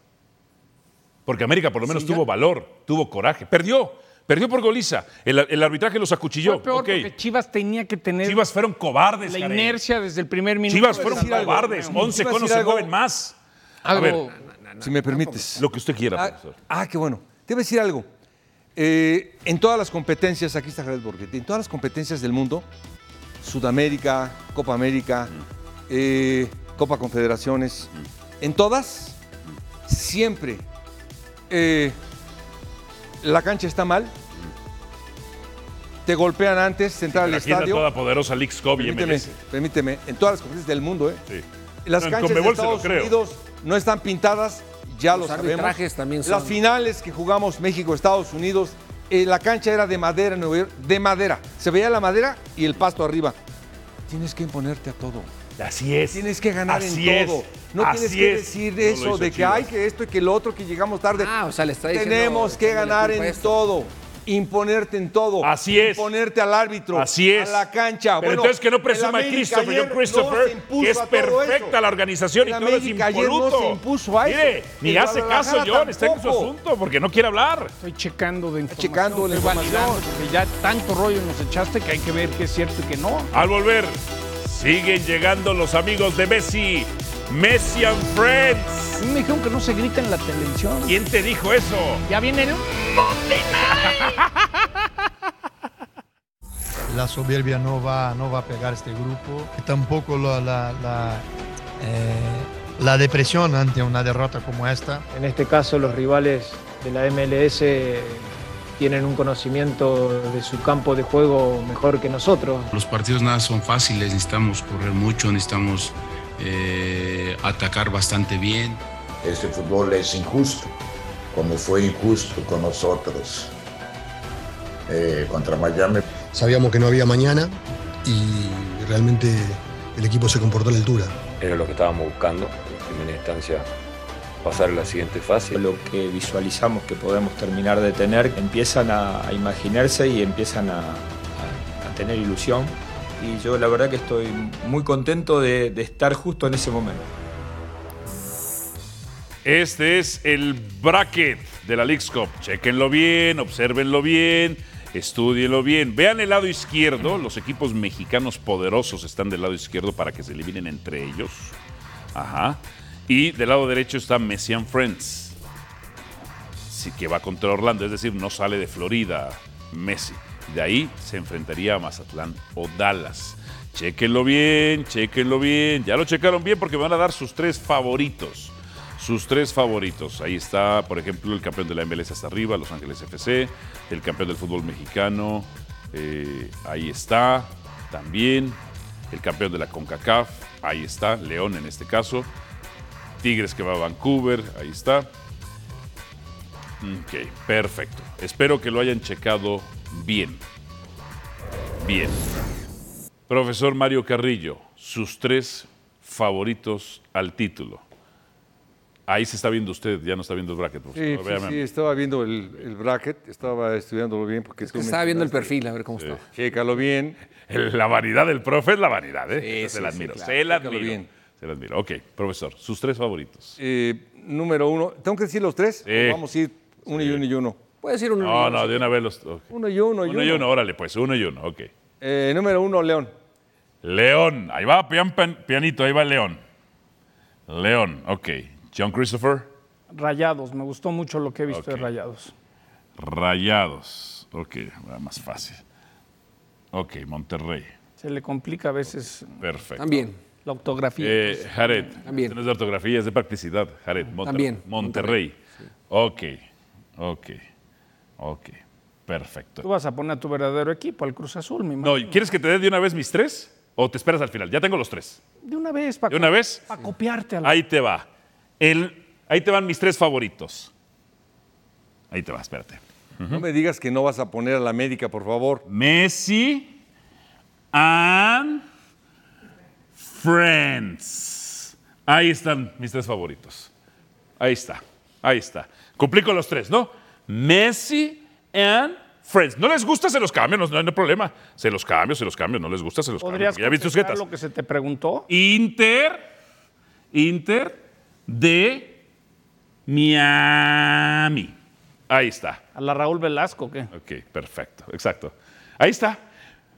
Speaker 2: Porque América por lo menos tuvo valor, tuvo coraje. Perdió, perdió por goliza. El, el arbitraje los acuchilló.
Speaker 3: Fue peor
Speaker 2: Ok.
Speaker 3: porque Chivas tenía que tener
Speaker 2: Chivas fueron cobardes.
Speaker 3: la
Speaker 2: Karen.
Speaker 3: inercia desde el primer minuto.
Speaker 2: Chivas
Speaker 3: de
Speaker 2: fueron
Speaker 3: San Pablo.
Speaker 2: cobardes. 11
Speaker 4: Chivas
Speaker 2: conos
Speaker 4: era
Speaker 2: se
Speaker 4: algo-
Speaker 2: mueven más. A ver,
Speaker 3: Algo-
Speaker 4: Si me permites.
Speaker 2: lo que usted quiera,
Speaker 4: Ah,
Speaker 2: profesor.
Speaker 4: ah, qué bueno. Te iba a decir algo. Eh, en todas las competencias, aquí está Jared Borghetti, en todas las competencias del mundo, Sudamérica, Copa América,
Speaker 2: Mm.
Speaker 4: eh, Copa Confederaciones, en todas, siempre eh, la cancha está
Speaker 2: Mm.
Speaker 4: mal, te golpean antes de entrar al
Speaker 2: La agenda
Speaker 4: estadio.
Speaker 2: toda poderosa League Scob y
Speaker 4: Permíteme,
Speaker 2: MLS.
Speaker 4: permíteme, en todas las competencias del mundo, ¿eh?
Speaker 2: Sí.
Speaker 4: Las
Speaker 2: No, en
Speaker 4: canchas de
Speaker 2: Conmebol se lo
Speaker 4: Estados
Speaker 2: creo.
Speaker 4: Unidos no están pintadas, ya
Speaker 5: Los
Speaker 4: lo sabemos.
Speaker 5: arbitrajes también son-
Speaker 4: Las finales que jugamos México-Estados Unidos, eh, la cancha era de madera en Nueva York, de madera. Se veía la madera y el pasto arriba. Tienes que imponerte a todo.
Speaker 2: Así es.
Speaker 4: Tienes que ganar
Speaker 2: Así
Speaker 4: en
Speaker 2: es.
Speaker 4: todo. No
Speaker 2: Así
Speaker 4: tienes que
Speaker 2: es.
Speaker 4: decir
Speaker 2: No lo
Speaker 4: eso
Speaker 2: hizo
Speaker 4: de que
Speaker 2: Chivas.
Speaker 4: hay que esto y que lo otro, que llegamos tarde.
Speaker 5: Ah, o sea, le está diciendo-
Speaker 4: Tenemos que
Speaker 5: echándole
Speaker 4: ganar
Speaker 5: culpa a
Speaker 4: en
Speaker 5: esto.
Speaker 4: todo. Imponerte en todo.
Speaker 2: Así es.
Speaker 4: Imponerte al árbitro.
Speaker 2: Así es.
Speaker 4: A la cancha.
Speaker 2: Pero
Speaker 4: Bueno,
Speaker 2: entonces que no
Speaker 4: el
Speaker 2: presuma
Speaker 4: América
Speaker 2: Christopher,
Speaker 4: ayer
Speaker 2: John Christopher,
Speaker 4: no se
Speaker 2: que es
Speaker 4: impuso a todo
Speaker 2: perfecta
Speaker 4: eso.
Speaker 2: la organización
Speaker 4: El
Speaker 2: y todo es
Speaker 4: América ayer no
Speaker 2: impoluto.
Speaker 4: se impuso a
Speaker 2: Mire,
Speaker 4: eso.
Speaker 2: ni
Speaker 4: El
Speaker 2: hace caso John,
Speaker 4: Guadalajara
Speaker 2: está en su
Speaker 4: tampoco.
Speaker 2: asunto porque no quiere hablar.
Speaker 3: Estoy checando de información.
Speaker 4: checando la
Speaker 3: estoy
Speaker 4: información.
Speaker 3: validando, porque ya tanto rollo nos echaste que hay que ver qué es cierto y qué no.
Speaker 2: Al volver, siguen llegando los amigos de Messi, Messi and Friends.
Speaker 3: A mí me dijeron que no se grita en la televisión.
Speaker 2: ¿Quién te dijo eso?
Speaker 3: Ya viene el...
Speaker 7: La soberbia no va, no va a pegar a este grupo. Tampoco la, la, la, eh, la depresión ante una derrota como esta.
Speaker 8: En este caso, los rivales de la MLS tienen un conocimiento de su campo de juego mejor que nosotros.
Speaker 9: Los partidos nada son fáciles, necesitamos correr mucho, necesitamos eh, atacar bastante bien.
Speaker 10: Este fútbol es injusto, como fue injusto con nosotros eh, contra Miami.
Speaker 7: Sabíamos que no había mañana y realmente el equipo se comportó a la altura.
Speaker 11: era lo que estábamos buscando, en primera instancia pasar a la siguiente fase. Lo que visualizamos que podemos terminar de tener, empiezan a, a imaginarse y empiezan a, a- a tener ilusión. Y yo la verdad que estoy muy contento de- de estar justo en ese momento.
Speaker 2: Este es el bracket de la League's Cup. Chequenlo bien, observenlo bien, estudienlo bien. Vean el lado izquierdo. Los equipos mexicanos poderosos están del lado izquierdo para que se eliminen entre ellos. Ajá. Y del lado derecho está Messi and Friends. Sí, que va contra Orlando, es decir, no sale de Florida Messi. De ahí se enfrentaría a Mazatlán o Dallas. Chequenlo bien, chequenlo bien. Ya lo checaron bien porque me van a dar sus tres favoritos. Sus tres favoritos. Ahí está, por ejemplo, el campeón de la MLS hasta arriba, Los Ángeles FC, el campeón del fútbol mexicano. eh, ahí está, también. El campeón de la CONCACAF. Ahí está, León en este caso. Tigres que va a Vancouver. Ahí está. Ok, perfecto. Espero que lo hayan checado bien. Bien. Profesor Mario Carrillo, sus tres favoritos al título. Ahí se está viendo usted, ya no está viendo el bracket,
Speaker 4: Sí,
Speaker 2: profesor.
Speaker 4: sí,
Speaker 2: Véame.
Speaker 4: sí, estaba viendo el, el bracket, estaba estudiándolo bien porque tú
Speaker 5: Estaba viendo el
Speaker 4: mencionaste.
Speaker 5: perfil, a ver cómo está.
Speaker 4: Chécalo bien.
Speaker 2: El- La vanidad del profe es la vanidad, ¿eh?
Speaker 5: Sí,
Speaker 2: se
Speaker 5: sí,
Speaker 2: la
Speaker 5: sí,
Speaker 2: admiro,
Speaker 5: claro.
Speaker 2: se la
Speaker 4: Chécalo
Speaker 2: admiro.
Speaker 4: bien.
Speaker 2: Se la admiro. Ok, profesor, sus tres favoritos.
Speaker 4: Eh, número uno. ¿Tengo que decir los tres?
Speaker 2: Sí.
Speaker 4: ¿O vamos a ir uno y uno y uno.
Speaker 5: Puede ser uno.
Speaker 2: No, no, de una vez los... ok.
Speaker 4: Uno y uno y
Speaker 2: Uno y uno, órale pues, uno y uno, ok.
Speaker 4: Eh, número uno, León.
Speaker 2: León, ahí va, pian- pian- pianito, ahí va León. León, ok. John Christopher,
Speaker 3: Rayados, me gustó mucho lo que he visto
Speaker 2: Ok.
Speaker 3: de Rayados.
Speaker 2: Rayados. Ok, va más fácil. Ok, Monterrey.
Speaker 3: Se le complica a veces
Speaker 2: Perfecto.
Speaker 5: También.
Speaker 3: la autografía.
Speaker 2: Eh, Jared,
Speaker 5: También.
Speaker 2: este no es de ortografía, es de practicidad. Jared, Monter-
Speaker 5: También,
Speaker 2: Monterrey. Ok, ok, ok.
Speaker 3: Tú
Speaker 2: Perfecto.
Speaker 3: vas a poner a tu verdadero equipo, al Cruz Azul, mi
Speaker 2: No,
Speaker 3: imagino.
Speaker 2: ¿Quieres que te dé de una vez mis tres? ¿O te esperas al final? Ya tengo los tres.
Speaker 3: De una vez, para
Speaker 2: ¿De una vez?
Speaker 3: copiarte a la-
Speaker 2: Ahí te va. El- ahí te van mis tres favoritos. Ahí te va, espérate.
Speaker 4: No me digas que no vas a poner a la médica, por favor.
Speaker 2: Messi and Friends. Ahí están mis tres favoritos. Ahí está, ahí está. Cumplí con los tres, ¿no? Messi and Friends. ¿No les gusta? Se los cambio, no, no hay problema. Se los cambio, se los cambio. No les gusta, se los cambio.
Speaker 3: ¿Podrías
Speaker 2: porque Ya viste sus
Speaker 3: contestar
Speaker 2: jetas.
Speaker 3: lo que se te preguntó?
Speaker 2: Inter, Inter de Miami. Ahí está.
Speaker 3: ¿A la Raúl Velasco qué?
Speaker 2: Ok, perfecto, exacto. Ahí está.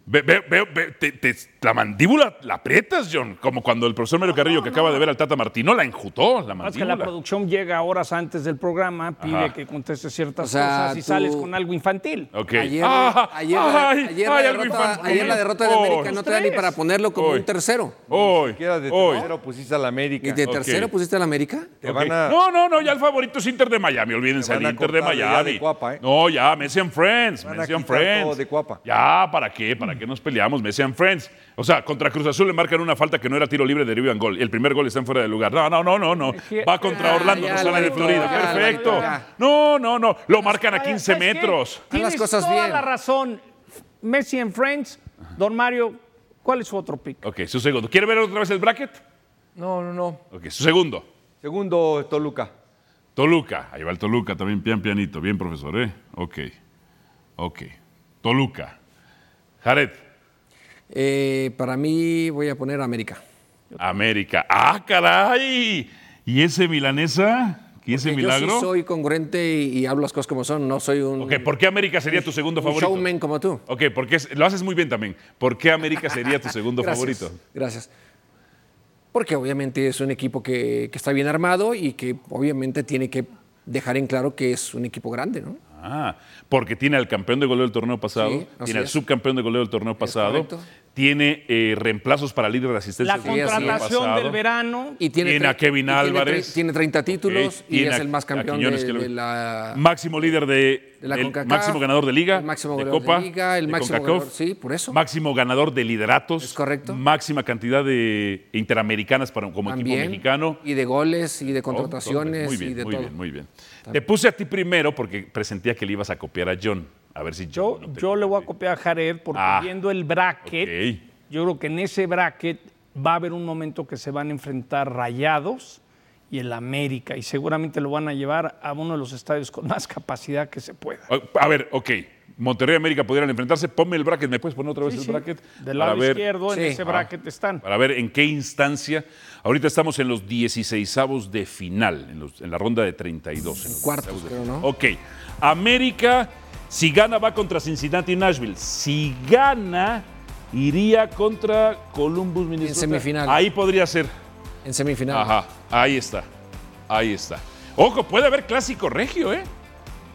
Speaker 2: Ve- ve- ve- ve- te- te- la mandíbula la aprietas, John. Como cuando el profesor Mario Carrillo, que acaba de ver al Tata Martino, la enjutó la
Speaker 3: Más que la
Speaker 2: mandíbula.
Speaker 3: producción llega horas antes del programa, pide
Speaker 2: Ajá.
Speaker 3: que conteste ciertas
Speaker 2: O sea,
Speaker 3: cosas y
Speaker 2: tú-
Speaker 3: sales con algo infantil.
Speaker 2: Ok.
Speaker 5: Ayer,
Speaker 2: Ah,
Speaker 5: ayer,
Speaker 2: ay,
Speaker 5: ayer
Speaker 2: ay,
Speaker 5: la
Speaker 2: algo
Speaker 5: derrota,
Speaker 2: infantil.
Speaker 5: ayer la derrota de
Speaker 2: Hoy,
Speaker 5: América no te da ni
Speaker 2: tres. Oh.
Speaker 5: para ponerlo como
Speaker 2: Hoy.
Speaker 5: un tercero.
Speaker 2: Hoy.
Speaker 4: de
Speaker 2: hoy.
Speaker 4: tercero pusiste a la América.
Speaker 5: ¿Y de tercero
Speaker 2: Ok.
Speaker 5: pusiste a la América?
Speaker 4: Te
Speaker 2: Ok.
Speaker 4: van a-
Speaker 2: No, no, no, ya el favorito es Inter de Miami, olvídense,
Speaker 4: Te van
Speaker 2: el
Speaker 4: a
Speaker 2: Inter de
Speaker 4: cortar la
Speaker 2: Miami.
Speaker 4: idea de Cuapa, ¿eh?
Speaker 2: No, ya, Messi and Friends,
Speaker 4: Van a
Speaker 2: Messi and
Speaker 4: quitar
Speaker 2: Friends.
Speaker 4: todo de Cuapa.
Speaker 2: Ya, ¿para qué? ¿Para qué nos peleamos? Messi and Friends. O sea, contra Cruz Azul le marcan una falta que no era tiro libre, derivan gol. El primer gol está en fuera de lugar. No, no, no, no, no. Va contra Orlando, no sale de Florida. Perfecto. No, no, no. Lo marcan a 15
Speaker 3: Pues, ¿Sabes qué?
Speaker 2: metros.
Speaker 3: Tienes toda la razón. Messi en Friends. Don Mario, ¿cuál es su otro pick?
Speaker 2: Ok, su segundo. ¿Quiere ver otra vez el bracket?
Speaker 4: No, no, no.
Speaker 2: Ok, su segundo.
Speaker 4: Segundo, Toluca.
Speaker 2: Toluca. Ahí va el Toluca también, pian pianito. Bien, profesor, ¿eh? Ok. Ok. Toluca. Jared.
Speaker 5: Eh, para mí voy a poner América.
Speaker 2: América. ¡Ah, caray! ¿Y ese milanesa? ¿Y ese milagro?
Speaker 5: Yo sí soy congruente y, y hablo las cosas como son. No soy un,
Speaker 2: Ok, ¿por qué América sería tu segundo
Speaker 5: un
Speaker 2: favorito?
Speaker 5: showman como tú.
Speaker 2: Ok, porque es- lo haces muy bien también. ¿Por qué América sería tu segundo
Speaker 5: Gracias,
Speaker 2: favorito?
Speaker 5: Gracias. Porque obviamente es un equipo que, que está bien armado y que obviamente tiene que dejar en claro que es un equipo grande, ¿no?
Speaker 2: Ah, porque tiene al campeón de goleo del torneo pasado,
Speaker 5: Sí, así
Speaker 2: tiene al
Speaker 5: es.
Speaker 2: subcampeón de goleo del torneo pasado,
Speaker 5: correcto.
Speaker 2: tiene eh, reemplazos para líder de asistencia
Speaker 3: La
Speaker 2: del torneo
Speaker 3: contratación
Speaker 2: pasado.
Speaker 3: del verano.
Speaker 5: Y tiene,
Speaker 2: Tiene a
Speaker 5: tre-
Speaker 2: Kevin
Speaker 5: y tiene
Speaker 2: Álvarez.
Speaker 5: tre- Tiene 30 títulos
Speaker 2: Ok,
Speaker 5: y
Speaker 2: tiene
Speaker 5: es
Speaker 2: a-
Speaker 5: el más
Speaker 2: a
Speaker 5: campeón
Speaker 2: Quiñones
Speaker 5: de,
Speaker 2: que lo-
Speaker 5: de la
Speaker 2: Máximo líder de,
Speaker 5: de la
Speaker 2: el
Speaker 5: CONCACAF,
Speaker 2: máximo ganador de liga,
Speaker 5: el máximo
Speaker 2: de
Speaker 5: goleador de
Speaker 2: copa,
Speaker 5: liga, el
Speaker 2: de
Speaker 5: máximo
Speaker 2: CONCACAF,
Speaker 5: goleador, sí, por eso.
Speaker 2: máximo ganador de lideratos, correcto, máxima cantidad de interamericanas para como equipo
Speaker 5: También.
Speaker 2: mexicano, Oh,
Speaker 5: y de goles y de contrataciones
Speaker 2: muy bien,
Speaker 5: y de
Speaker 2: muy
Speaker 5: todo.
Speaker 2: bien, muy bien. Te puse a ti primero porque presentía que le ibas a copiar a John, a ver si yo
Speaker 3: Yo le voy a copiar a Jared porque
Speaker 2: Ah,
Speaker 3: viendo el bracket, yo creo que en ese bracket va a haber un momento que se van a enfrentar Rayados y el América y seguramente lo van a llevar a uno de los estadios con más capacidad que se pueda.
Speaker 2: A ver, ok. Monterrey y América pudieran enfrentarse. Ponme el bracket. ¿Me puedes poner otra vez
Speaker 3: Sí,
Speaker 2: el
Speaker 3: sí.
Speaker 2: bracket?
Speaker 3: Del
Speaker 2: Para
Speaker 3: lado
Speaker 2: ver-
Speaker 3: izquierdo en
Speaker 2: Sí.
Speaker 3: ese
Speaker 2: Ah.
Speaker 3: bracket están.
Speaker 2: Para ver en qué instancia. Ahorita estamos en los 16 avos de final, en, los- en la ronda de 32. En los
Speaker 5: Cuartos,
Speaker 2: 16avos de
Speaker 5: creo,
Speaker 2: final.
Speaker 5: ¿no?
Speaker 2: Ok. América, si gana, va contra Cincinnati y Nashville. Si gana, iría contra Columbus, Minnesota. En
Speaker 5: semifinal.
Speaker 2: Ahí podría ser.
Speaker 5: En semifinal.
Speaker 2: Ajá. Ahí está. Ahí está. Ojo, puede haber clásico regio, ¿eh?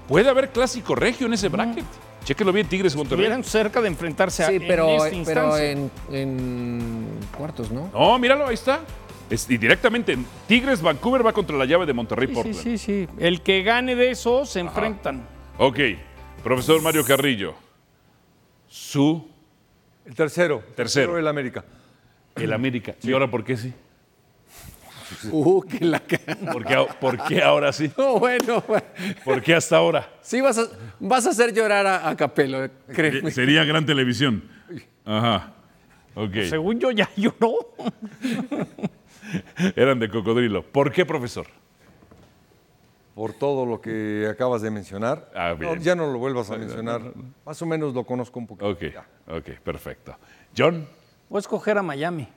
Speaker 2: Puede haber clásico regio en ese bracket. Chéquenlo bien, Tigres Monterrey.
Speaker 3: Estuvieran cerca de enfrentarse a
Speaker 5: Sí, pero, eh,
Speaker 3: en
Speaker 5: pero
Speaker 3: esta
Speaker 5: en,
Speaker 3: instancia.
Speaker 5: en cuartos, ¿no?
Speaker 2: No, míralo, ahí está. Es- y directamente, Tigres Vancouver va contra la llave de Monterrey
Speaker 3: Sí,
Speaker 2: Portland.
Speaker 3: sí, sí. El que gane de esos se enfrentan.
Speaker 2: Ok, profesor Mario Carrillo, su
Speaker 4: El tercero.
Speaker 2: Tercero.
Speaker 4: El América.
Speaker 2: el América. ¿Y ahora por qué sí?
Speaker 5: Uh, que la
Speaker 2: ¿Por qué, por qué ahora sí?
Speaker 5: No, bueno, bueno.
Speaker 2: ¿Por qué hasta ahora?
Speaker 5: sí vas a, vas a hacer llorar a, a Capello, eh, créeme.
Speaker 2: Sería gran televisión. Ajá. Ok.
Speaker 3: Según yo ya lloró.
Speaker 2: Eran de cocodrilo. ¿Por qué, profesor?
Speaker 4: Por todo lo que acabas de mencionar.
Speaker 2: Ah, bien.
Speaker 4: No, ya no lo vuelvas a mencionar. Más o menos lo conozco un poquito.
Speaker 2: Ok, ok, perfecto. John.
Speaker 3: Voy a escoger a Miami.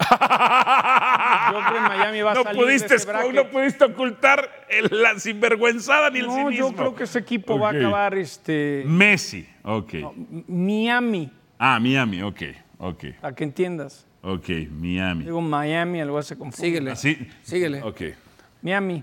Speaker 3: Yo creo que Miami va a
Speaker 2: No
Speaker 3: salir de
Speaker 2: pudiste,
Speaker 3: ese bracket.
Speaker 2: no pudiste ocultar el- la sinvergüenzada ni el
Speaker 3: No,
Speaker 2: cinismo.
Speaker 3: yo creo que ese equipo va a
Speaker 2: Ok.
Speaker 3: acabar este
Speaker 2: Messi, ok.
Speaker 3: Miami,
Speaker 2: Ah, Miami, ok, ok,
Speaker 3: para que entiendas.
Speaker 2: ok, Miami.
Speaker 3: Digo Miami, algo se confunde.
Speaker 5: Síguele.
Speaker 2: Así.
Speaker 5: Síguele.
Speaker 2: Ok.
Speaker 3: Miami.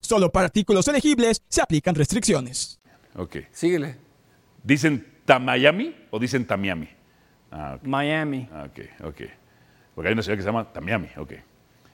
Speaker 12: Solo para artículos elegibles se aplican restricciones.
Speaker 2: Ok.
Speaker 5: Síguele.
Speaker 2: ¿Dicen ta Miami o dicen Tamiami? Ah, ok.
Speaker 3: Miami.
Speaker 2: Ah, ok, ok. Porque hay una ciudad que se llama Tamiami, ok.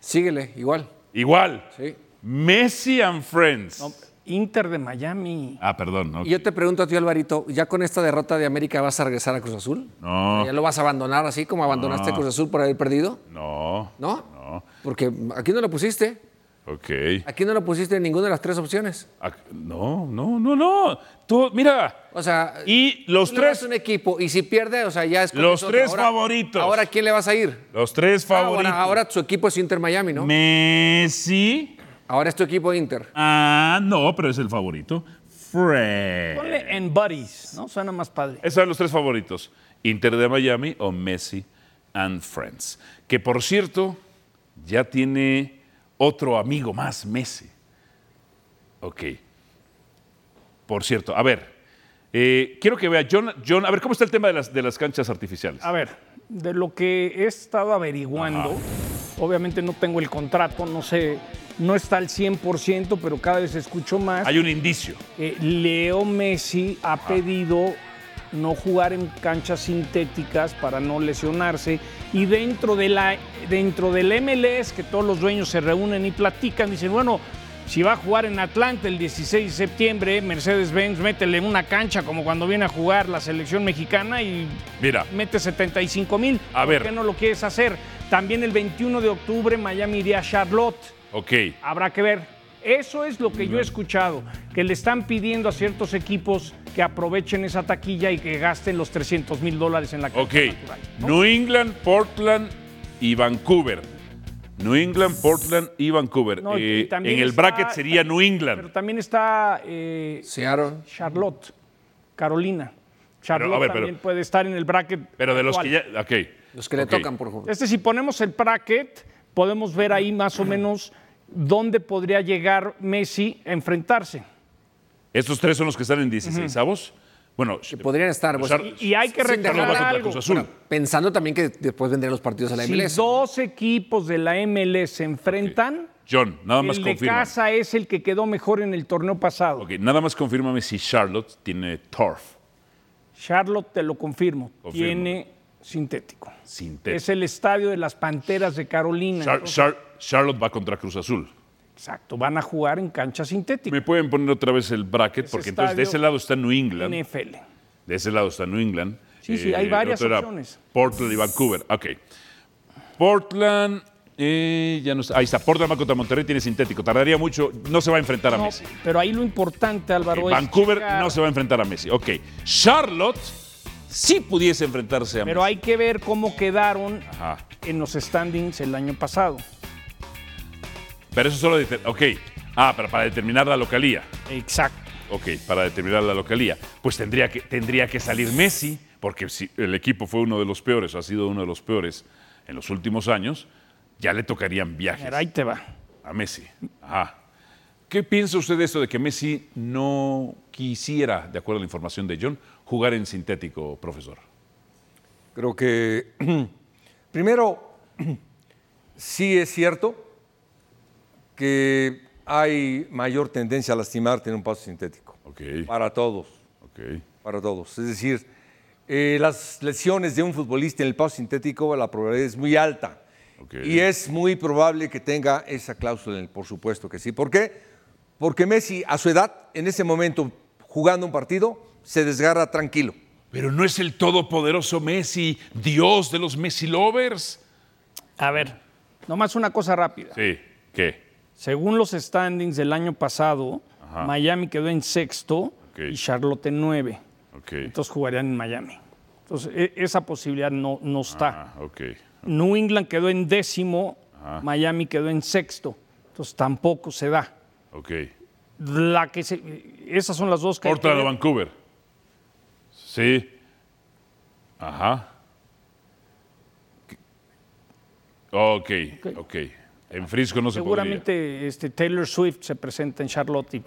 Speaker 5: Síguele, igual.
Speaker 2: Igual.
Speaker 5: Sí.
Speaker 2: Messi and Friends.
Speaker 3: Inter de Miami.
Speaker 2: Ah, perdón. ok.
Speaker 5: Y yo te pregunto a ti, Alvarito, ¿ya con esta derrota de América vas a regresar a Cruz Azul?
Speaker 2: No.
Speaker 5: ¿Ya lo vas a abandonar así como abandonaste
Speaker 2: No.
Speaker 5: a Cruz Azul por haber perdido?
Speaker 2: No.
Speaker 5: ¿No? Porque aquí no lo pusiste.
Speaker 2: Ok.
Speaker 5: Aquí no lo pusiste en ninguna de las tres opciones.
Speaker 2: Ac- No, no, no, no. Tú, mira,
Speaker 5: O sea,
Speaker 2: y los
Speaker 5: tú le vas
Speaker 2: tres,
Speaker 5: a un equipo y si pierde, o sea, ya es con
Speaker 2: Los
Speaker 5: nosotros.
Speaker 2: tres favoritos.
Speaker 5: Ahora, ¿a quién le vas a ir?
Speaker 2: los tres
Speaker 5: Ah, bueno,
Speaker 2: favoritos.
Speaker 5: ahora su equipo es Inter Miami, ¿no?
Speaker 2: Messi.
Speaker 5: Ahora es tu equipo Inter.
Speaker 2: Ah, no, pero es el favorito. Fred.
Speaker 3: Ponle en Buddies, ¿no? Suena más padre.
Speaker 2: Esos son los tres favoritos. Inter de Miami o Messi and Friends. Que por cierto, ya tiene otro amigo más, Messi. Ok. Por cierto, a ver. eh, quiero que vea, John, John, a ver, ¿cómo está el tema de las, de las canchas artificiales?
Speaker 3: A ver, de lo que he estado averiguando, obviamente no tengo el contrato, no sé, no está al 100%, pero cada vez escucho
Speaker 5: Ah,
Speaker 3: más.
Speaker 2: Hay un indicio.
Speaker 3: Eh, Leo Messi ha pedido no jugar en canchas sintéticas para no lesionarse y dentro de la dentro del MLS que todos los dueños se reúnen y platican dicen bueno si va a jugar en Atlanta el 16 de septiembre Mercedes Benz métele una cancha como cuando viene a jugar la selección mexicana y
Speaker 2: Mira,
Speaker 3: mete 75 mil
Speaker 2: A ver.
Speaker 3: ¿por qué no lo quieres hacer? También el 21 de octubre Miami iría a Charlotte
Speaker 2: ok.
Speaker 3: habrá que ver. Eso es lo que yo he escuchado, que le están pidiendo a ciertos equipos que aprovechen esa taquilla y que gasten los 300 mil dólares en la cancha
Speaker 2: Ok.
Speaker 3: natural.
Speaker 2: New England, Portland y Vancouver. New England, Portland y Vancouver.
Speaker 3: No, y- y
Speaker 2: Eh,
Speaker 3: también
Speaker 2: en el
Speaker 3: está-
Speaker 2: bracket sería New
Speaker 3: Pero
Speaker 2: England.
Speaker 3: también está eh,
Speaker 5: Seattle.
Speaker 3: Charlotte, Carolina. Charlotte
Speaker 2: a ver,
Speaker 3: también
Speaker 2: pero-
Speaker 3: puede estar en el bracket.
Speaker 2: Pero de los que
Speaker 3: actual.
Speaker 2: ya. Ok.
Speaker 5: Los que le
Speaker 2: ok.
Speaker 5: tocan, por favor.
Speaker 3: Este, si ponemos el bracket, podemos ver ahí más o menos dónde podría llegar Messi a enfrentarse.
Speaker 2: Estos tres son los que están en 16 avos. Bueno,
Speaker 5: Podrían estar. pues,
Speaker 2: Char-
Speaker 3: Y hay que
Speaker 5: Sin
Speaker 3: recordar
Speaker 2: Charlotte va contra
Speaker 3: algo.
Speaker 2: Cruz Azul.
Speaker 5: pensando también que después vendrían los partidos a la
Speaker 3: Si
Speaker 5: MLS.
Speaker 3: dos equipos de la MLS se enfrentan,
Speaker 2: John, nada más
Speaker 3: el de
Speaker 2: confirma.
Speaker 3: casa es el que quedó mejor en el torneo pasado.
Speaker 2: Ok, nada más confírmame si Charlotte tiene turf
Speaker 3: Charlotte, te lo confirmo,
Speaker 2: Confirmo.
Speaker 3: tiene sintético.
Speaker 2: sintético.
Speaker 3: Es el estadio de las Panteras de Carolina.
Speaker 2: Char-
Speaker 3: Entonces,
Speaker 2: Char- Charlotte va contra Cruz Azul.
Speaker 3: exacto, van a jugar en cancha sintética.
Speaker 2: Me pueden poner otra vez el bracket, porque entonces de
Speaker 3: estadio-
Speaker 2: ese lado está New England.
Speaker 3: NFL.
Speaker 2: De ese lado está New England. Eh,
Speaker 3: Sí, sí, hay
Speaker 2: el
Speaker 3: varias
Speaker 2: otro era
Speaker 3: opciones.
Speaker 2: Portland y Vancouver. Ok. Portland. eh, ya no está. Ahí está. Portland va contra Monterrey, tiene sintético. Tardaría mucho. No se va a enfrentar a
Speaker 3: No, pues,
Speaker 2: Messi.
Speaker 3: pero ahí lo importante, Álvaro, es.
Speaker 2: Vancouver
Speaker 3: checar-
Speaker 2: no se va a enfrentar a Messi. Ok. Charlotte sí pudiese enfrentarse a
Speaker 3: Pero hay que ver cómo quedaron
Speaker 2: Messi. Ajá.
Speaker 3: en los standings el año pasado.
Speaker 2: Pero eso solo. deter- Ok. Ah, pero para determinar la localía.
Speaker 3: Exacto.
Speaker 2: Ok, para determinar la localía. Pues tendría que, tendría que salir Messi, porque si el equipo fue uno de los peores, o ha sido uno de los peores en los últimos años, ya le tocarían viajes
Speaker 3: Mira, ahí te va.
Speaker 2: a Messi. Ajá. ¿Qué piensa usted de esto de que Messi no quisiera, de acuerdo a la información de John, jugar en sintético, profesor?
Speaker 4: Creo que, primero, sí es cierto que hay mayor tendencia a lastimarte en un paso sintético.
Speaker 2: Ok,
Speaker 4: Para todos,
Speaker 2: ok.
Speaker 4: para todos. Es decir, eh, las lesiones de un futbolista en el paso sintético, la probabilidad es muy alta.
Speaker 2: Ok.
Speaker 4: Y es muy probable que tenga esa cláusula, en el por supuesto que sí. ¿Por qué? Porque Messi, a su edad, en ese momento, jugando un partido, se desgarra tranquilo.
Speaker 2: Pero no es el todopoderoso Messi, Dios de los Messi lovers.
Speaker 3: A ver, nomás una cosa rápida.
Speaker 2: Sí, ¿qué?
Speaker 3: Según los standings del año pasado,
Speaker 2: Ajá.
Speaker 3: Miami quedó en sexto
Speaker 2: Ok.
Speaker 3: y Charlotte en nueve.
Speaker 2: Ok.
Speaker 3: Entonces jugarían en Miami. Entonces e- esa posibilidad no, no está.
Speaker 2: Ah, ok.
Speaker 3: New England quedó en décimo,
Speaker 2: Ajá.
Speaker 3: Miami quedó en sexto. Entonces tampoco se da.
Speaker 2: Ok.
Speaker 3: La que se- esas son las dos que hay que
Speaker 2: Portland o
Speaker 3: ver.
Speaker 2: Vancouver. Sí. Ajá. Ok, ok. En Frisco no se podría.
Speaker 3: Seguramente este, Taylor Swift se presenta en Charlotte. y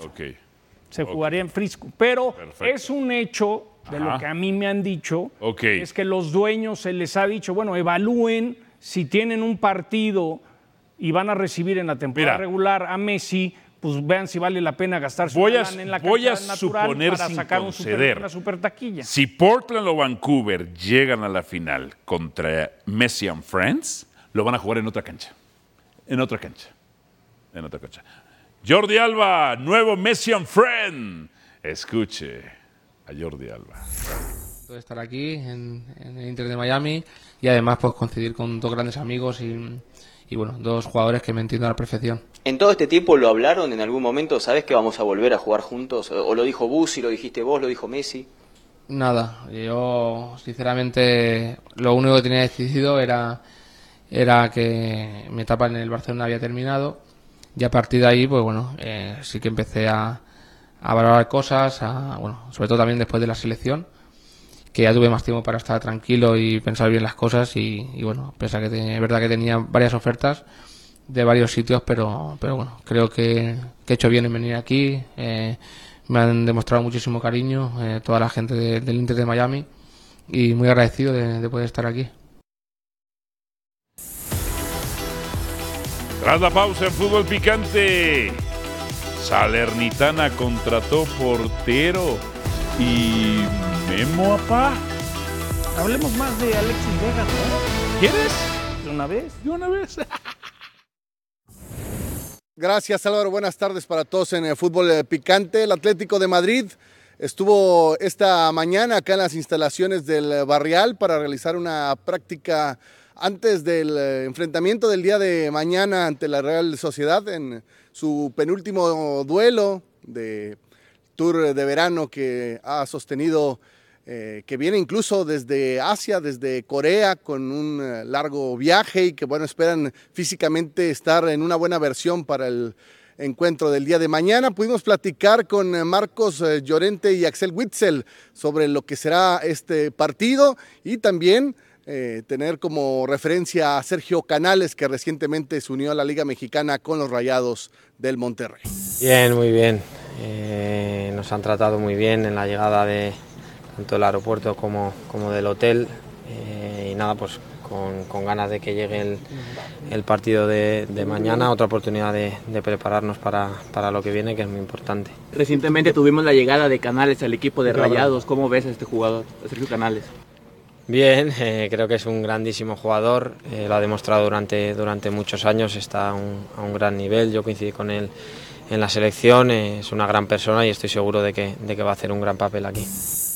Speaker 3: Se
Speaker 2: ok.
Speaker 3: jugaría en Frisco. Pero
Speaker 2: Perfecto.
Speaker 3: es un hecho de
Speaker 2: Ajá.
Speaker 3: lo que a mí me han dicho.
Speaker 2: Ok.
Speaker 3: Es que los dueños se les ha dicho, bueno, evalúen si tienen un partido y van a recibir en la temporada regular a Messi, pues vean si vale la pena gastarse
Speaker 2: Voy a-
Speaker 3: lana en la
Speaker 2: voy a
Speaker 3: cancha natural
Speaker 2: suponer
Speaker 3: para
Speaker 2: sin
Speaker 3: sacar un super-
Speaker 2: conceder.
Speaker 3: una super taquilla.
Speaker 2: Si Portland o Vancouver llegan a la final contra Messi and Friends, lo van a jugar en otra cancha. En otra cancha. En otra cancha. Jordi Alba, nuevo Messi and Friend. Escuche a Jordi Alba.
Speaker 13: de estar aquí en, en el Inter de Miami y además pues coincidir con dos grandes amigos y, y, bueno, dos jugadores que me entiendo a la perfección.
Speaker 14: En todo este tiempo lo hablaron en algún momento, ¿sabes que vamos a volver a jugar juntos? O o lo dijo Busi, lo dijiste vos, lo dijo Messi.
Speaker 13: Nada, yo sinceramente lo único que tenía decidido era, era que mi etapa en el Barcelona había terminado y a partir de ahí pues bueno, eh, sí que empecé a, a valorar cosas, a, bueno, sobre todo también después de la selección, que ya tuve más tiempo para estar tranquilo y pensar bien las cosas y, y, bueno, pensar que te- es verdad que tenía varias ofertas de varios sitios, pero, pero bueno, creo que, que he hecho bien en venir aquí. eh, me han demostrado muchísimo cariño eh, toda la gente de- del Inter de Miami y muy agradecido de- de poder estar aquí.
Speaker 2: Tras la pausa en fútbol picante, Salernitana contrató portero y Memo Apá.
Speaker 3: Hablemos más de Alexis Vega, ¿no?
Speaker 2: ¿Quieres?
Speaker 3: De una vez.
Speaker 2: De una vez.
Speaker 15: Gracias Álvaro, buenas tardes para todos en el fútbol eh, picante. El Atlético de Madrid estuvo esta mañana acá en las instalaciones del eh, Barrial para realizar una práctica antes del eh, enfrentamiento del día de mañana ante la Real Sociedad en su penúltimo duelo de tour de verano que ha sostenido, eh, que viene incluso desde Asia, desde Corea, con un eh, largo viaje y que, bueno, esperan físicamente estar en una buena versión para el encuentro del día de mañana. Pudimos platicar con eh, Marcos eh, Llorente y Axel Witzel sobre lo que será este partido y también eh, tener como referencia a Sergio Canales, que recientemente se unió a la Liga Mexicana con los Rayados del Monterrey.
Speaker 16: Bien, muy bien. Eh, nos han tratado muy bien en la llegada de tanto del aeropuerto como, como del hotel. Eh, y nada, pues con, con ganas de que llegue el, el partido de, de mañana, otra oportunidad de, de prepararnos para, para lo que viene, que es muy importante.
Speaker 17: Recientemente tuvimos la llegada de Canales al equipo de Rayados. ¿Cómo ves a este jugador, a Sergio Canales?
Speaker 16: Bien, eh, creo que es un grandísimo jugador, eh, lo ha demostrado durante, durante muchos años, está a un, a un gran nivel, yo coincidí con él en la selección, eh, es una gran persona y estoy seguro de que, de que va a hacer un gran papel aquí.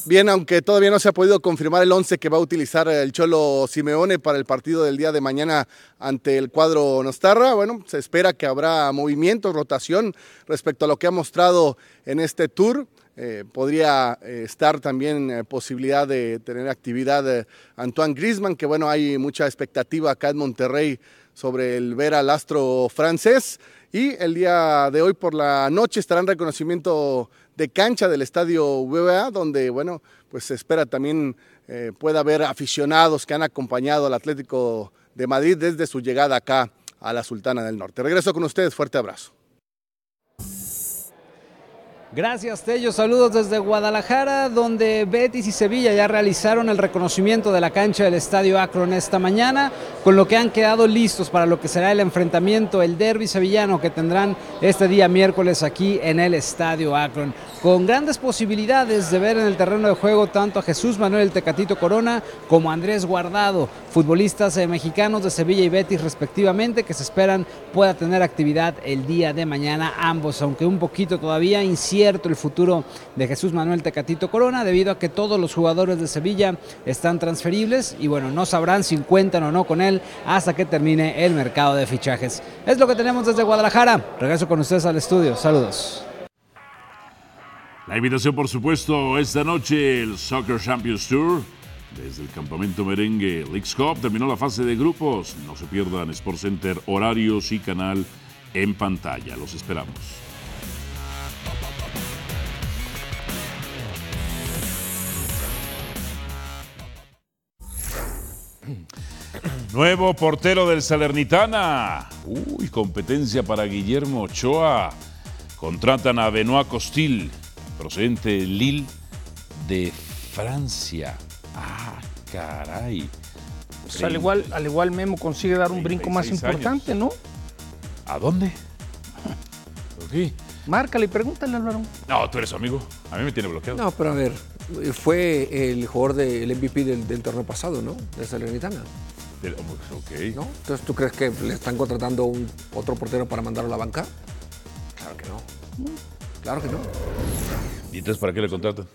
Speaker 15: Bien, aunque todavía no se ha podido confirmar el 11 que va a utilizar el Cholo Simeone para el partido del día de mañana ante el cuadro Nostarra, bueno, se espera que habrá movimiento, rotación respecto a lo que ha mostrado en este tour. Eh, podría eh, estar también eh, posibilidad de tener actividad eh, Antoine Griezmann, que bueno, hay mucha expectativa acá en Monterrey sobre el ver al astro francés. Y el día de hoy por la noche estará en reconocimiento de cancha del estadio WBA, donde, bueno, pues se espera también eh, pueda haber aficionados que han acompañado al Atlético de Madrid desde su llegada acá a la Sultana del Norte. Regreso con ustedes, fuerte abrazo.
Speaker 18: Gracias Tello, saludos desde Guadalajara, donde Betis y Sevilla ya realizaron el reconocimiento de la cancha del Estadio Akron esta mañana, con lo que han quedado listos para lo que será el enfrentamiento, el derby sevillano que tendrán este día miércoles aquí en el Estadio Akron, con grandes posibilidades de ver en el terreno de juego tanto a Jesús Manuel Tecatito Corona como a Andrés Guardado, futbolistas eh, mexicanos de Sevilla y Betis respectivamente, que se esperan pueda tener actividad el día de mañana ambos, aunque un poquito todavía incierto el futuro de Jesús Manuel Tecatito Corona, debido a que todos los jugadores de Sevilla están transferibles y bueno, no sabrán si cuentan o no con él hasta que termine el mercado de fichajes. Es lo que tenemos desde Guadalajara. Regreso con ustedes al estudio. Saludos.
Speaker 2: La invitación, por supuesto, esta noche, el Soccer Champions Tour. Desde el campamento merengue Leagues Cup terminó la fase de grupos. No se pierdan Sports Center, horarios y canal en pantalla. Los esperamos. Nuevo portero del Salernitana. Uy, competencia para Guillermo Ochoa. Contratan a Benoit Costil, procedente de Lille de Francia. Ah, caray.
Speaker 3: Pues al, igual, al igual Memo consigue dar un brinco más
Speaker 2: 36 años.
Speaker 3: importante, ¿no?
Speaker 2: ¿A dónde?
Speaker 3: Márcale y pregúntale, Álvaro.
Speaker 2: No, tú eres su amigo. A mí me tiene bloqueado.
Speaker 5: No, pero a ver, eh, fue el jugador del MVP del, del torneo pasado, ¿no? De Salernitana.
Speaker 2: Del- oh, pues, Ok.
Speaker 5: ¿No? Entonces, ¿tú crees que le están contratando un, otro portero para mandarlo a la banca? Claro que no. Claro que no.
Speaker 2: ¿Y entonces para qué le contratan?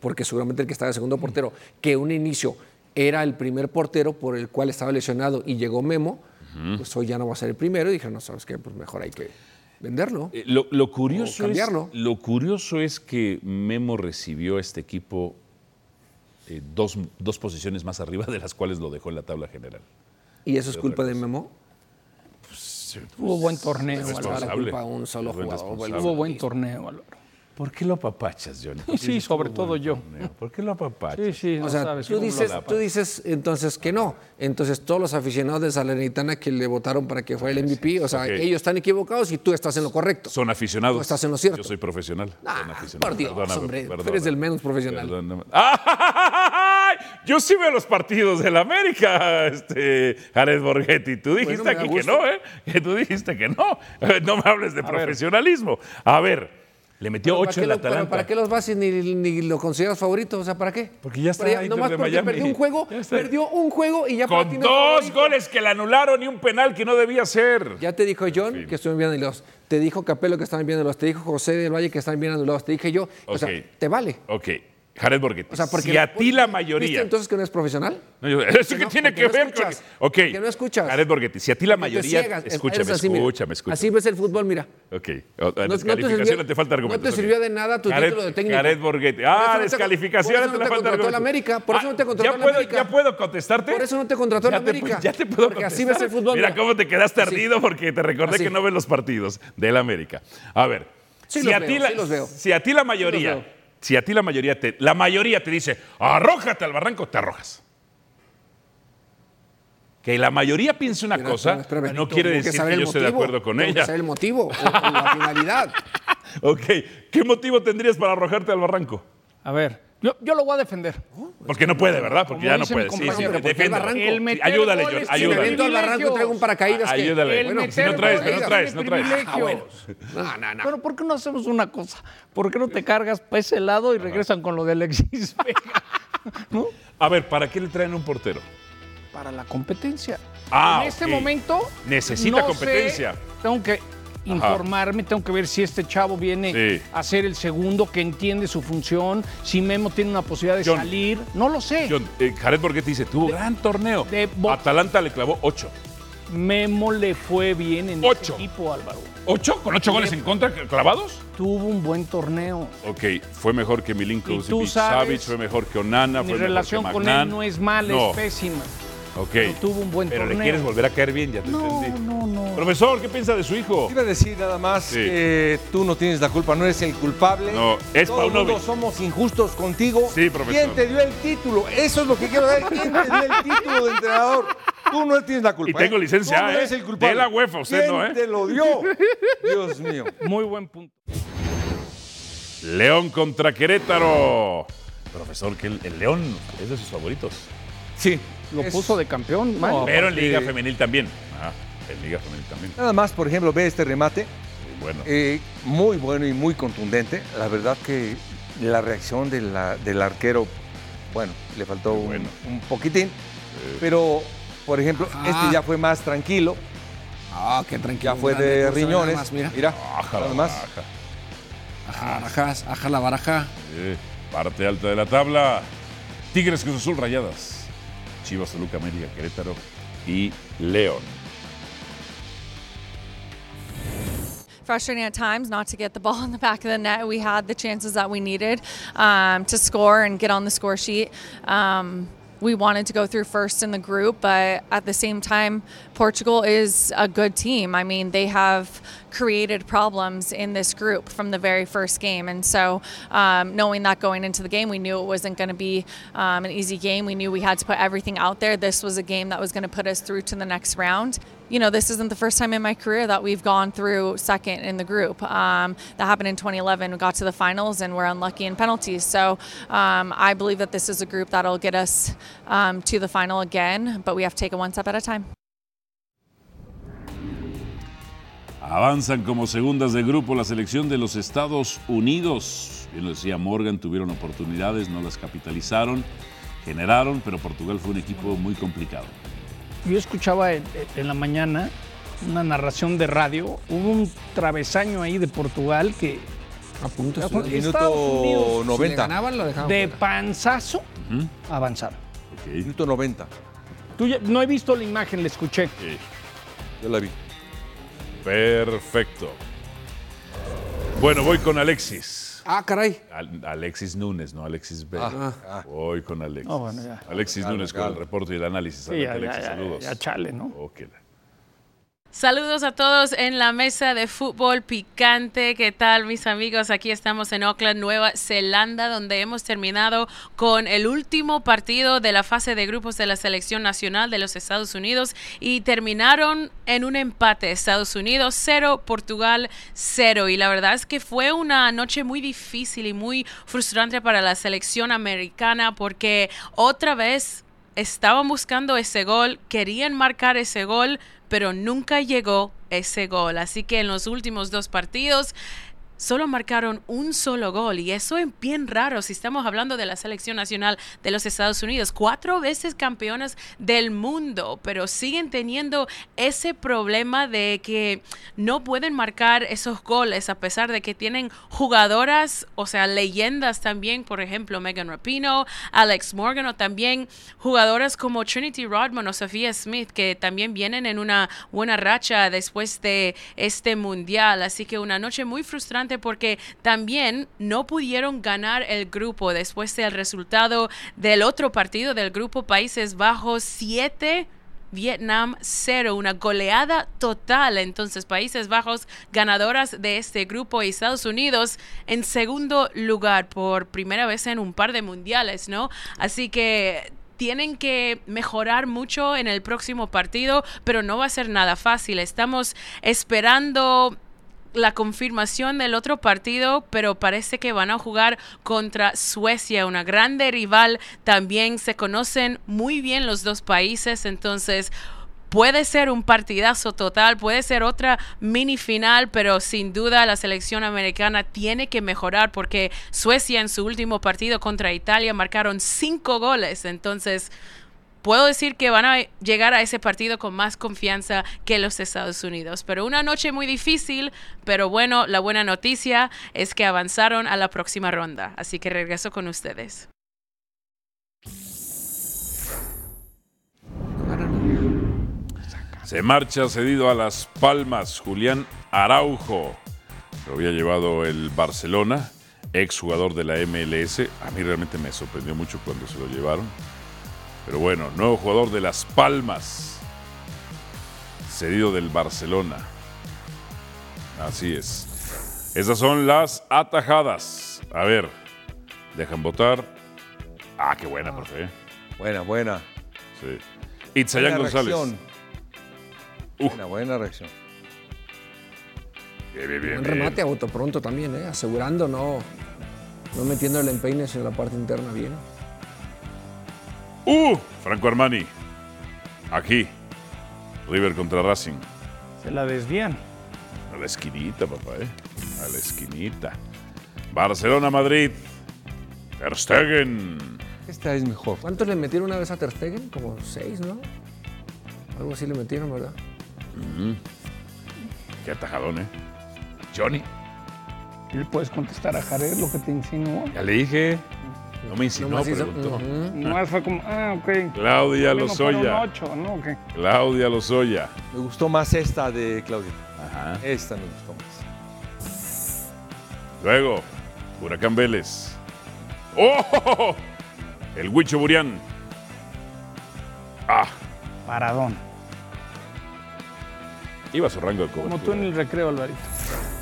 Speaker 5: Porque seguramente el que estaba de segundo portero, que un inicio era el primer portero por el cual estaba lesionado y llegó Memo,
Speaker 2: Mm.
Speaker 5: pues hoy ya no va a ser el primero. Y dijeron, no, ¿sabes qué? Pues mejor hay que venderlo.
Speaker 2: Eh, Lo, lo curioso
Speaker 5: O cambiarlo.
Speaker 2: Es, lo curioso es que Memo recibió a este equipo eh, dos, dos posiciones más arriba de las cuales lo dejó en la tabla general.
Speaker 5: ¿Y eso es
Speaker 2: Otra
Speaker 5: culpa de Memo?
Speaker 2: Pues,
Speaker 3: Tuvo buen torneo,
Speaker 5: Pues, es
Speaker 3: Álvaro.
Speaker 5: responsable. culpa a un solo
Speaker 3: Es buen
Speaker 5: jugador,
Speaker 3: responsable.
Speaker 5: vuelvo
Speaker 3: Tuvo
Speaker 5: a
Speaker 3: buen torneo, Álvaro.
Speaker 2: ¿Por qué lo apapachas, Johnny?
Speaker 3: Sí, sobre todo yo.
Speaker 2: ¿Por qué lo apapachas?
Speaker 3: Sí, sí, no
Speaker 5: o sea,
Speaker 3: sabes
Speaker 5: tú
Speaker 3: cómo lo
Speaker 5: dices,
Speaker 3: apapas.
Speaker 5: tú dices entonces que no. Entonces todos los aficionados de Salernitana que le votaron para que fuera el MVP, o sea,
Speaker 2: Ok.
Speaker 5: ellos están equivocados y tú estás en lo correcto.
Speaker 2: Son aficionados.
Speaker 5: Tú estás en lo cierto.
Speaker 2: Yo soy profesional. Son aficionados.
Speaker 5: Por Dios,
Speaker 2: Perdóname,
Speaker 5: hombre, tú
Speaker 2: perdóname.
Speaker 5: eres el menos profesional.
Speaker 2: Perdóname. ¡Ay! Yo sí veo los partidos del América, este, Jared Borghetti. Tú dijiste
Speaker 6: me da
Speaker 2: aquí que
Speaker 6: gusto.
Speaker 2: no, ¿eh? Que Tú dijiste que no. No me hables de profesionalismo. A ver, le metió
Speaker 5: ¿Para
Speaker 2: 8
Speaker 5: qué
Speaker 2: el
Speaker 5: lo-
Speaker 2: Atalanta.
Speaker 5: pero ¿Para qué los vas y ni, ni lo consideras favorito? O sea, ¿para qué? Porque
Speaker 2: ya está Inter
Speaker 5: nomás
Speaker 2: de
Speaker 5: porque
Speaker 2: Miami.
Speaker 5: perdió un juego,
Speaker 2: Ya está.
Speaker 5: perdió un juego y ya para ti
Speaker 2: Con
Speaker 5: no es
Speaker 2: dos goles que le anularon y un penal que no debía ser.
Speaker 5: Ya te dijo John que estuvieron bien anulados. Te dijo Capello que estaban bien anulados. Te dijo José del Valle que estaban bien anulados. Te dije yo. O sea,
Speaker 2: Ok.
Speaker 5: te vale.
Speaker 2: Ok, Jared Borghetti.
Speaker 5: O sea, porque
Speaker 2: si a ti la
Speaker 5: ¿Viste
Speaker 2: mayoría.
Speaker 5: entonces que no es profesional?
Speaker 2: No, yo-
Speaker 5: Porque
Speaker 2: ¿Eso qué
Speaker 5: no-
Speaker 2: tiene
Speaker 5: porque
Speaker 2: que
Speaker 5: no
Speaker 2: ver
Speaker 5: escuchas,
Speaker 2: con.? Ok.
Speaker 5: porque no escuchas.
Speaker 2: Jared Borghetti, si a ti la
Speaker 5: Porque te
Speaker 2: mayoría.
Speaker 5: ciegas, es-
Speaker 2: Escúchame,
Speaker 5: eres así, mira.
Speaker 2: escúchame, escúchame.
Speaker 5: Así ves el fútbol, mira.
Speaker 2: Ok. O-
Speaker 5: No-
Speaker 2: a
Speaker 5: no te
Speaker 2: descalificación
Speaker 5: sirvió-
Speaker 2: te falta
Speaker 5: no te
Speaker 2: argumento.
Speaker 5: sirvió de nada tu título de técnico.
Speaker 2: Jared
Speaker 5: Por
Speaker 2: Borghetti.
Speaker 5: eso
Speaker 2: Ah,
Speaker 5: no te-
Speaker 2: descalificación
Speaker 5: por eso
Speaker 2: te
Speaker 5: no
Speaker 2: la
Speaker 5: te
Speaker 2: falta
Speaker 5: contrató
Speaker 2: argumento. Ah,
Speaker 5: la América, por eso no te contrató
Speaker 2: ya
Speaker 5: la
Speaker 2: puedo-
Speaker 5: América.
Speaker 2: ¿Ya puedo contestarte?
Speaker 5: Por eso no te contrató
Speaker 2: Ya
Speaker 5: la
Speaker 2: te-
Speaker 5: América.
Speaker 2: ya te puedo
Speaker 5: Porque así ves el
Speaker 2: contestar.
Speaker 5: fútbol.
Speaker 2: Mira cómo te quedaste ardido porque te recordé
Speaker 5: Así.
Speaker 2: que no ves los partidos del América. A ver.
Speaker 5: Sí
Speaker 2: si,
Speaker 5: los
Speaker 2: a
Speaker 5: veo,
Speaker 2: ti la,
Speaker 5: sí los veo.
Speaker 2: si a ti la mayoría.
Speaker 5: veo.
Speaker 2: si a ti la mayoría te, la mayoría te dice, arrójate al barranco, te arrojas. Que la mayoría piense una cosa no quiere decir que yo esté de acuerdo con ella.
Speaker 5: saber el motivo, o- o la finalidad.
Speaker 2: Ok, ¿qué motivo tendrías para arrojarte al barranco?
Speaker 3: A ver, yo, yo lo voy a defender.
Speaker 2: Porque no puede, ¿verdad? Porque
Speaker 3: Como
Speaker 2: ya no
Speaker 3: dice
Speaker 2: puede.
Speaker 3: mi
Speaker 2: Sí, sí,
Speaker 3: compañero, porque el
Speaker 2: defiéndelo.
Speaker 3: barranco-
Speaker 2: Sí,
Speaker 3: el meter
Speaker 2: ayúdale,
Speaker 3: goles
Speaker 2: John,
Speaker 3: tiene
Speaker 5: Si me
Speaker 2: ayúdale.
Speaker 5: viento al barranco traigo un paracaídas. que-
Speaker 2: Ayúdale.
Speaker 3: El
Speaker 2: Bueno, si
Speaker 3: meter
Speaker 2: no traes, pero no
Speaker 3: goles
Speaker 2: traes,
Speaker 3: tiene
Speaker 2: no traes. Ah,
Speaker 3: privilegio.
Speaker 5: No, no, no.
Speaker 3: Pero ¿por qué no hacemos una cosa? ¿Por qué no te cargas para ese lado y regresan con lo de Alexis Vega
Speaker 2: A ver, ¿para qué le traen un portero?
Speaker 3: para la competencia?
Speaker 2: Ah,
Speaker 3: en este
Speaker 2: ok.
Speaker 3: momento
Speaker 2: Necesita
Speaker 3: no sé,
Speaker 2: competencia.
Speaker 3: tengo que informarme, tengo que ver si este chavo viene
Speaker 2: Sí.
Speaker 3: a ser el segundo que entiende su función, si Memo tiene una posibilidad de
Speaker 2: John.
Speaker 3: salir, no lo sé.
Speaker 2: John, eh, Jared Borghetti dice, tuvo gran torneo. Atalanta le clavó 8.
Speaker 3: Memo le fue bien en este equipo, Álvaro.
Speaker 2: ¿8? ¿Con 8 goles en contra clavados?
Speaker 3: Tuvo un buen torneo.
Speaker 2: Ok, fue mejor que Milinko
Speaker 3: Y tú
Speaker 2: Savic,
Speaker 3: sabes,
Speaker 2: fue mejor que Onana,
Speaker 3: Mi
Speaker 2: fue
Speaker 3: relación
Speaker 2: mejor que
Speaker 3: con
Speaker 2: Magnan.
Speaker 3: él no es mala,
Speaker 2: No,
Speaker 3: es pésima.
Speaker 2: ok.
Speaker 3: Tuvo un buen
Speaker 2: Pero
Speaker 3: torneo.
Speaker 2: le quieres volver a caer bien, ya te entendí.
Speaker 3: No, no.
Speaker 2: Profesor, ¿qué piensa de su hijo?
Speaker 4: Iba a decir nada más
Speaker 2: Sí.
Speaker 4: que tú no tienes la culpa, no eres el culpable.
Speaker 2: No, es
Speaker 4: Todo el mundo
Speaker 2: Paunovic.
Speaker 4: somos injustos contigo.
Speaker 2: Sí, profesor.
Speaker 4: ¿Quién te dio el título? Eso es lo que quiero saber. ¿Quién te dio el título de entrenador? Tú no tienes la culpa.
Speaker 2: Y tengo
Speaker 4: ¿eh?
Speaker 2: licencia,
Speaker 4: Tú no
Speaker 2: ¿eh?
Speaker 4: eres el culpable.
Speaker 2: De la UEFA, usted
Speaker 4: ¿Quién
Speaker 2: no, ¿eh?
Speaker 4: te lo dio? Dios mío.
Speaker 3: Muy buen punto.
Speaker 2: León contra Querétaro. Profesor, que el, el León es de sus favoritos.
Speaker 4: Sí.
Speaker 3: Lo puso de campeón, man.
Speaker 2: pero en Liga Femenil también. Ah, en Liga Femenil también.
Speaker 4: Nada más, por ejemplo, ve este remate.
Speaker 2: Muy bueno.
Speaker 4: Eh, muy bueno y muy contundente. La verdad que la reacción de la- del arquero, bueno, le faltó un, un poquitín. Pero, por ejemplo, este ya fue más tranquilo.
Speaker 5: Ah, qué tranquilo.
Speaker 4: Ya fue
Speaker 5: Grande,
Speaker 4: de
Speaker 5: no se ve nada
Speaker 4: riñones.
Speaker 5: más, mira.
Speaker 4: mira.
Speaker 2: Ajá,
Speaker 4: nada más.
Speaker 5: Ajá, barajas, ajá la baraja.
Speaker 2: Sí, parte alta de la tabla. Tigres Cruz Azul Rayadas. Chivas Toluca América Querétaro y León.
Speaker 19: frustrating at times not to get the ball in the back of the net. We had the chances that we needed um, to score and get on the score sheet. Um, we wanted to go through first in the group, but at the same time, Portugal is a good team. I mean, they have created problems in this group from the very first game. And so, um, knowing that going into the game, we knew it wasn't going to be um, an easy game. We knew we had to put everything out there. This was a game that was going to put us through to the next round. You know, this isn't the first time in my career that we've gone through second in the group. Um, that happened in 2011. We got to the finals and we're unlucky in penalties. So um, I believe that this is a group that'll get us um, to the final again, but we have to take it one step at a time.
Speaker 2: Avanzan como segundas de grupo la selección de los Estados Unidos. Bien lo decía Morgan, tuvieron oportunidades, no las capitalizaron, generaron, pero Portugal fue un equipo muy complicado.
Speaker 3: Yo escuchaba en, en la mañana una narración de radio. Hubo un travesaño ahí de Portugal que.
Speaker 4: A punto
Speaker 3: Estados Unidos,
Speaker 4: estuvo. Minuto 90.
Speaker 3: si le ganaban, lo dejaban de panzazo avanzaron.
Speaker 4: Minuto 90.
Speaker 3: Tú ya- no he visto la imagen, la escuché.
Speaker 4: Yo la vi.
Speaker 2: Perfecto. Bueno, voy con Alexis.
Speaker 5: Ah, caray.
Speaker 2: Al- Alexis Núñez, no Alexis Vega.
Speaker 3: Ah,
Speaker 2: Voy con Alexis.
Speaker 3: No, bueno, ya.
Speaker 2: Alexis
Speaker 3: Calma,
Speaker 2: Núñez
Speaker 3: calma.
Speaker 2: con el reporte y el análisis.
Speaker 3: Sí,
Speaker 2: Adelante,
Speaker 3: ya, ya,
Speaker 2: Alexis,
Speaker 3: ya,
Speaker 2: saludos.
Speaker 3: ya, chale, ¿no?
Speaker 2: Ok.
Speaker 20: Saludos a todos en la mesa de fútbol picante. ¿Qué tal, mis amigos? Aquí estamos en Auckland, Nueva Zelanda, donde hemos terminado con el último partido de la fase de grupos de la selección nacional de los Estados Unidos y terminaron en un empate. Estados Unidos 0, Portugal 0. Y la verdad es que fue una noche muy difícil y muy frustrante para la selección americana porque otra vez estaban buscando ese gol, querían marcar ese gol, pero nunca llegó ese gol. Así que en los últimos dos partidos solo marcaron un solo gol y eso es bien raro si estamos hablando de la selección nacional de los Estados Unidos, cuatro veces campeonas del mundo, pero siguen teniendo ese problema de que no pueden marcar esos goles a pesar de que tienen jugadoras, o sea, leyendas también, por ejemplo, Megan Rapino, Alex Morgan o también jugadoras como Trinity Rodman o Sofía Smith que también vienen en una buena racha después de este mundial. Así que una noche muy frustrante porque también no pudieron ganar el grupo después del resultado del otro partido del grupo Países Bajos 7. Vietnam 0, una goleada total. Entonces, Países Bajos ganadoras de este grupo y Estados Unidos en segundo lugar por primera vez en un par de mundiales, ¿no? Así que tienen que mejorar mucho en el próximo partido, pero no va a ser nada fácil. Estamos esperando la confirmación del otro partido, pero parece que van a jugar contra Suecia, una grande rival. También se conocen muy bien los dos países, entonces puede ser un partidazo total, puede ser otra mini final, pero sin duda la selección americana tiene que mejorar porque Suecia en su último partido contra Italia marcaron cinco goles, entonces puedo decir que van a llegar a ese partido con más confianza que los Estados Unidos. Pero una noche muy difícil, pero bueno, la buena noticia es que avanzaron a la próxima ronda. Así que regreso con ustedes.
Speaker 2: Se marcha cedido a Las Palmas Julián Araujo. Lo había llevado el Barcelona, exjugador de la MLS. A mí realmente me sorprendió mucho cuando se lo llevaron. Pero bueno, nuevo jugador de Las Palmas. Cedido del Barcelona. Así es. Esas son las atajadas. A ver, dejan votar. Ah, qué buena, profe. ¿eh?
Speaker 4: Buena, buena.
Speaker 2: Sí. Itzayán
Speaker 4: Buena
Speaker 2: González.
Speaker 4: reacción. Buena, buena reacción.
Speaker 2: Bien, bien,
Speaker 5: Un
Speaker 2: bien, bien.
Speaker 5: remate a voto pronto también, ¿eh? asegurando, no, no metiendo el empeine en la parte interna bien.
Speaker 2: ¡Uh! Franco Armani. Aquí. River contra Racing.
Speaker 3: Se la desvían.
Speaker 2: A la esquinita, papá, ¿eh? A la esquinita. Barcelona-Madrid. Ter Stegen.
Speaker 5: Esta es mejor. ¿Cuántos le metieron una vez a Ter Stegen? Como seis, ¿no? Algo así le metieron, ¿verdad?
Speaker 2: Mm. Qué atajadón, ¿eh? Johnny.
Speaker 3: ¿Le puedes contestar a Jared lo que te insinuó?
Speaker 2: Ya le dije. No me insinuó,
Speaker 3: Nomás hizo,
Speaker 2: preguntó.
Speaker 3: ujú. Nomás fue como, ah, ok.
Speaker 2: Claudia
Speaker 3: Bueno, fueron
Speaker 2: Lozoya.
Speaker 3: ocho, ¿no? Ok.
Speaker 2: Claudia Lozoya.
Speaker 4: Me gustó más esta de Claudia. Esta me gustó más.
Speaker 2: Luego, Huracán Vélez. ¡Oh! El Huicho Burián Ah.
Speaker 3: Paradón.
Speaker 2: Iba a su rango de cobertura.
Speaker 3: Como tú en el recreo, Alvarito.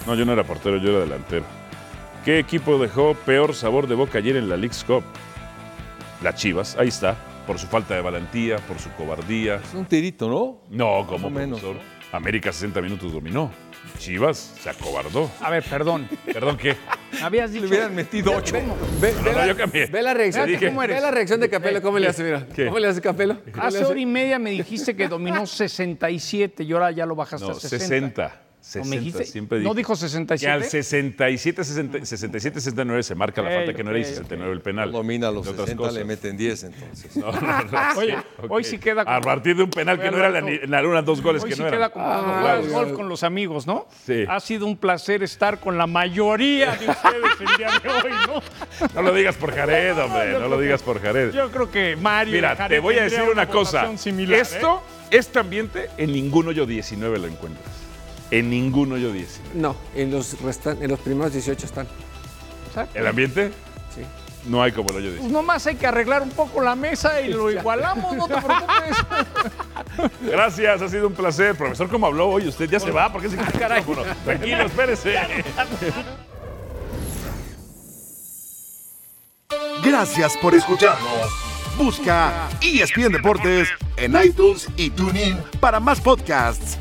Speaker 2: No, yo no era portero, yo era delantero. ¿Qué equipo dejó peor sabor de boca ayer en la League's Cup? Las Chivas, ahí está. Por su falta de valentía, por su cobardía.
Speaker 4: Es un tirito, ¿no?
Speaker 2: No, como
Speaker 4: Más o menos,
Speaker 2: menos. América 60 minutos dominó. Chivas se acobardó.
Speaker 3: A ver, perdón.
Speaker 2: ¿Perdón qué?
Speaker 3: Habías dicho.
Speaker 2: Le hubieran metido ocho.
Speaker 5: Ve,
Speaker 2: No,
Speaker 5: ve
Speaker 2: no,
Speaker 5: la,
Speaker 2: yo cambié.
Speaker 5: ve la reacción.
Speaker 2: Te dije.
Speaker 5: Ve la reacción de Capelo. ¿Cómo le hace? Mira.
Speaker 2: ¿Qué?
Speaker 5: ¿Cómo le hace Capelo? ¿Cómo le
Speaker 3: Hace
Speaker 5: hace?
Speaker 3: hora y media me dijiste que dominó 67 y ahora ya lo bajaste
Speaker 2: No,
Speaker 3: a 60.
Speaker 2: 60.
Speaker 3: ¿No
Speaker 2: 60,
Speaker 3: me dijiste?
Speaker 2: siempre
Speaker 3: ¿No
Speaker 2: dije.
Speaker 3: dijo
Speaker 2: Que al
Speaker 3: 67?
Speaker 2: 67, 60, 67, 69 se marca la
Speaker 3: Ok,
Speaker 2: falta que no era y
Speaker 3: ok,
Speaker 2: 69 el penal.
Speaker 4: Domina los
Speaker 2: Entre otras
Speaker 4: 60, le
Speaker 2: cosas.
Speaker 4: meten 10 entonces.
Speaker 2: No, no, no,
Speaker 3: Oye, hoy sí queda
Speaker 2: A
Speaker 3: como-
Speaker 2: partir de un penal que no era la, ni- la luna, dos goles
Speaker 3: Hoy
Speaker 2: que
Speaker 3: sí
Speaker 2: no
Speaker 3: queda
Speaker 2: eran. Ah,
Speaker 3: como cuando juegas golf con los amigos, ¿no?
Speaker 2: Sí.
Speaker 3: Ha sido un placer estar con la mayoría de ustedes el día de hoy, ¿no?
Speaker 2: No lo digas por Jared, hombre, no lo digas por Jared.
Speaker 3: Yo creo que Mario. y
Speaker 2: Mira,
Speaker 3: Jared
Speaker 2: te voy a
Speaker 3: tendrían
Speaker 2: decir una cosa.
Speaker 3: votación similar, ¿eh?
Speaker 2: Esto, este ambiente, en ningún hoyo 19 lo encuentras. En ningún hoyo 19.
Speaker 5: No, en los, restan- en los primeros 18 están.
Speaker 2: ¿El ambiente?
Speaker 5: Sí.
Speaker 2: No hay como el hoyo 19.
Speaker 3: ¿eh? Pues nomás hay que arreglar un poco la mesa y lo igualamos, no te preocupes.
Speaker 2: Gracias, ha sido un placer. Profesor, ¿cómo habló hoy? Usted ya se va, ¿por qué se quita el micrófono? Tranquilo, espérese.
Speaker 21: Gracias por escucharnos. E Busca ESPN Deportes en iTunes y TuneIn para más podcasts.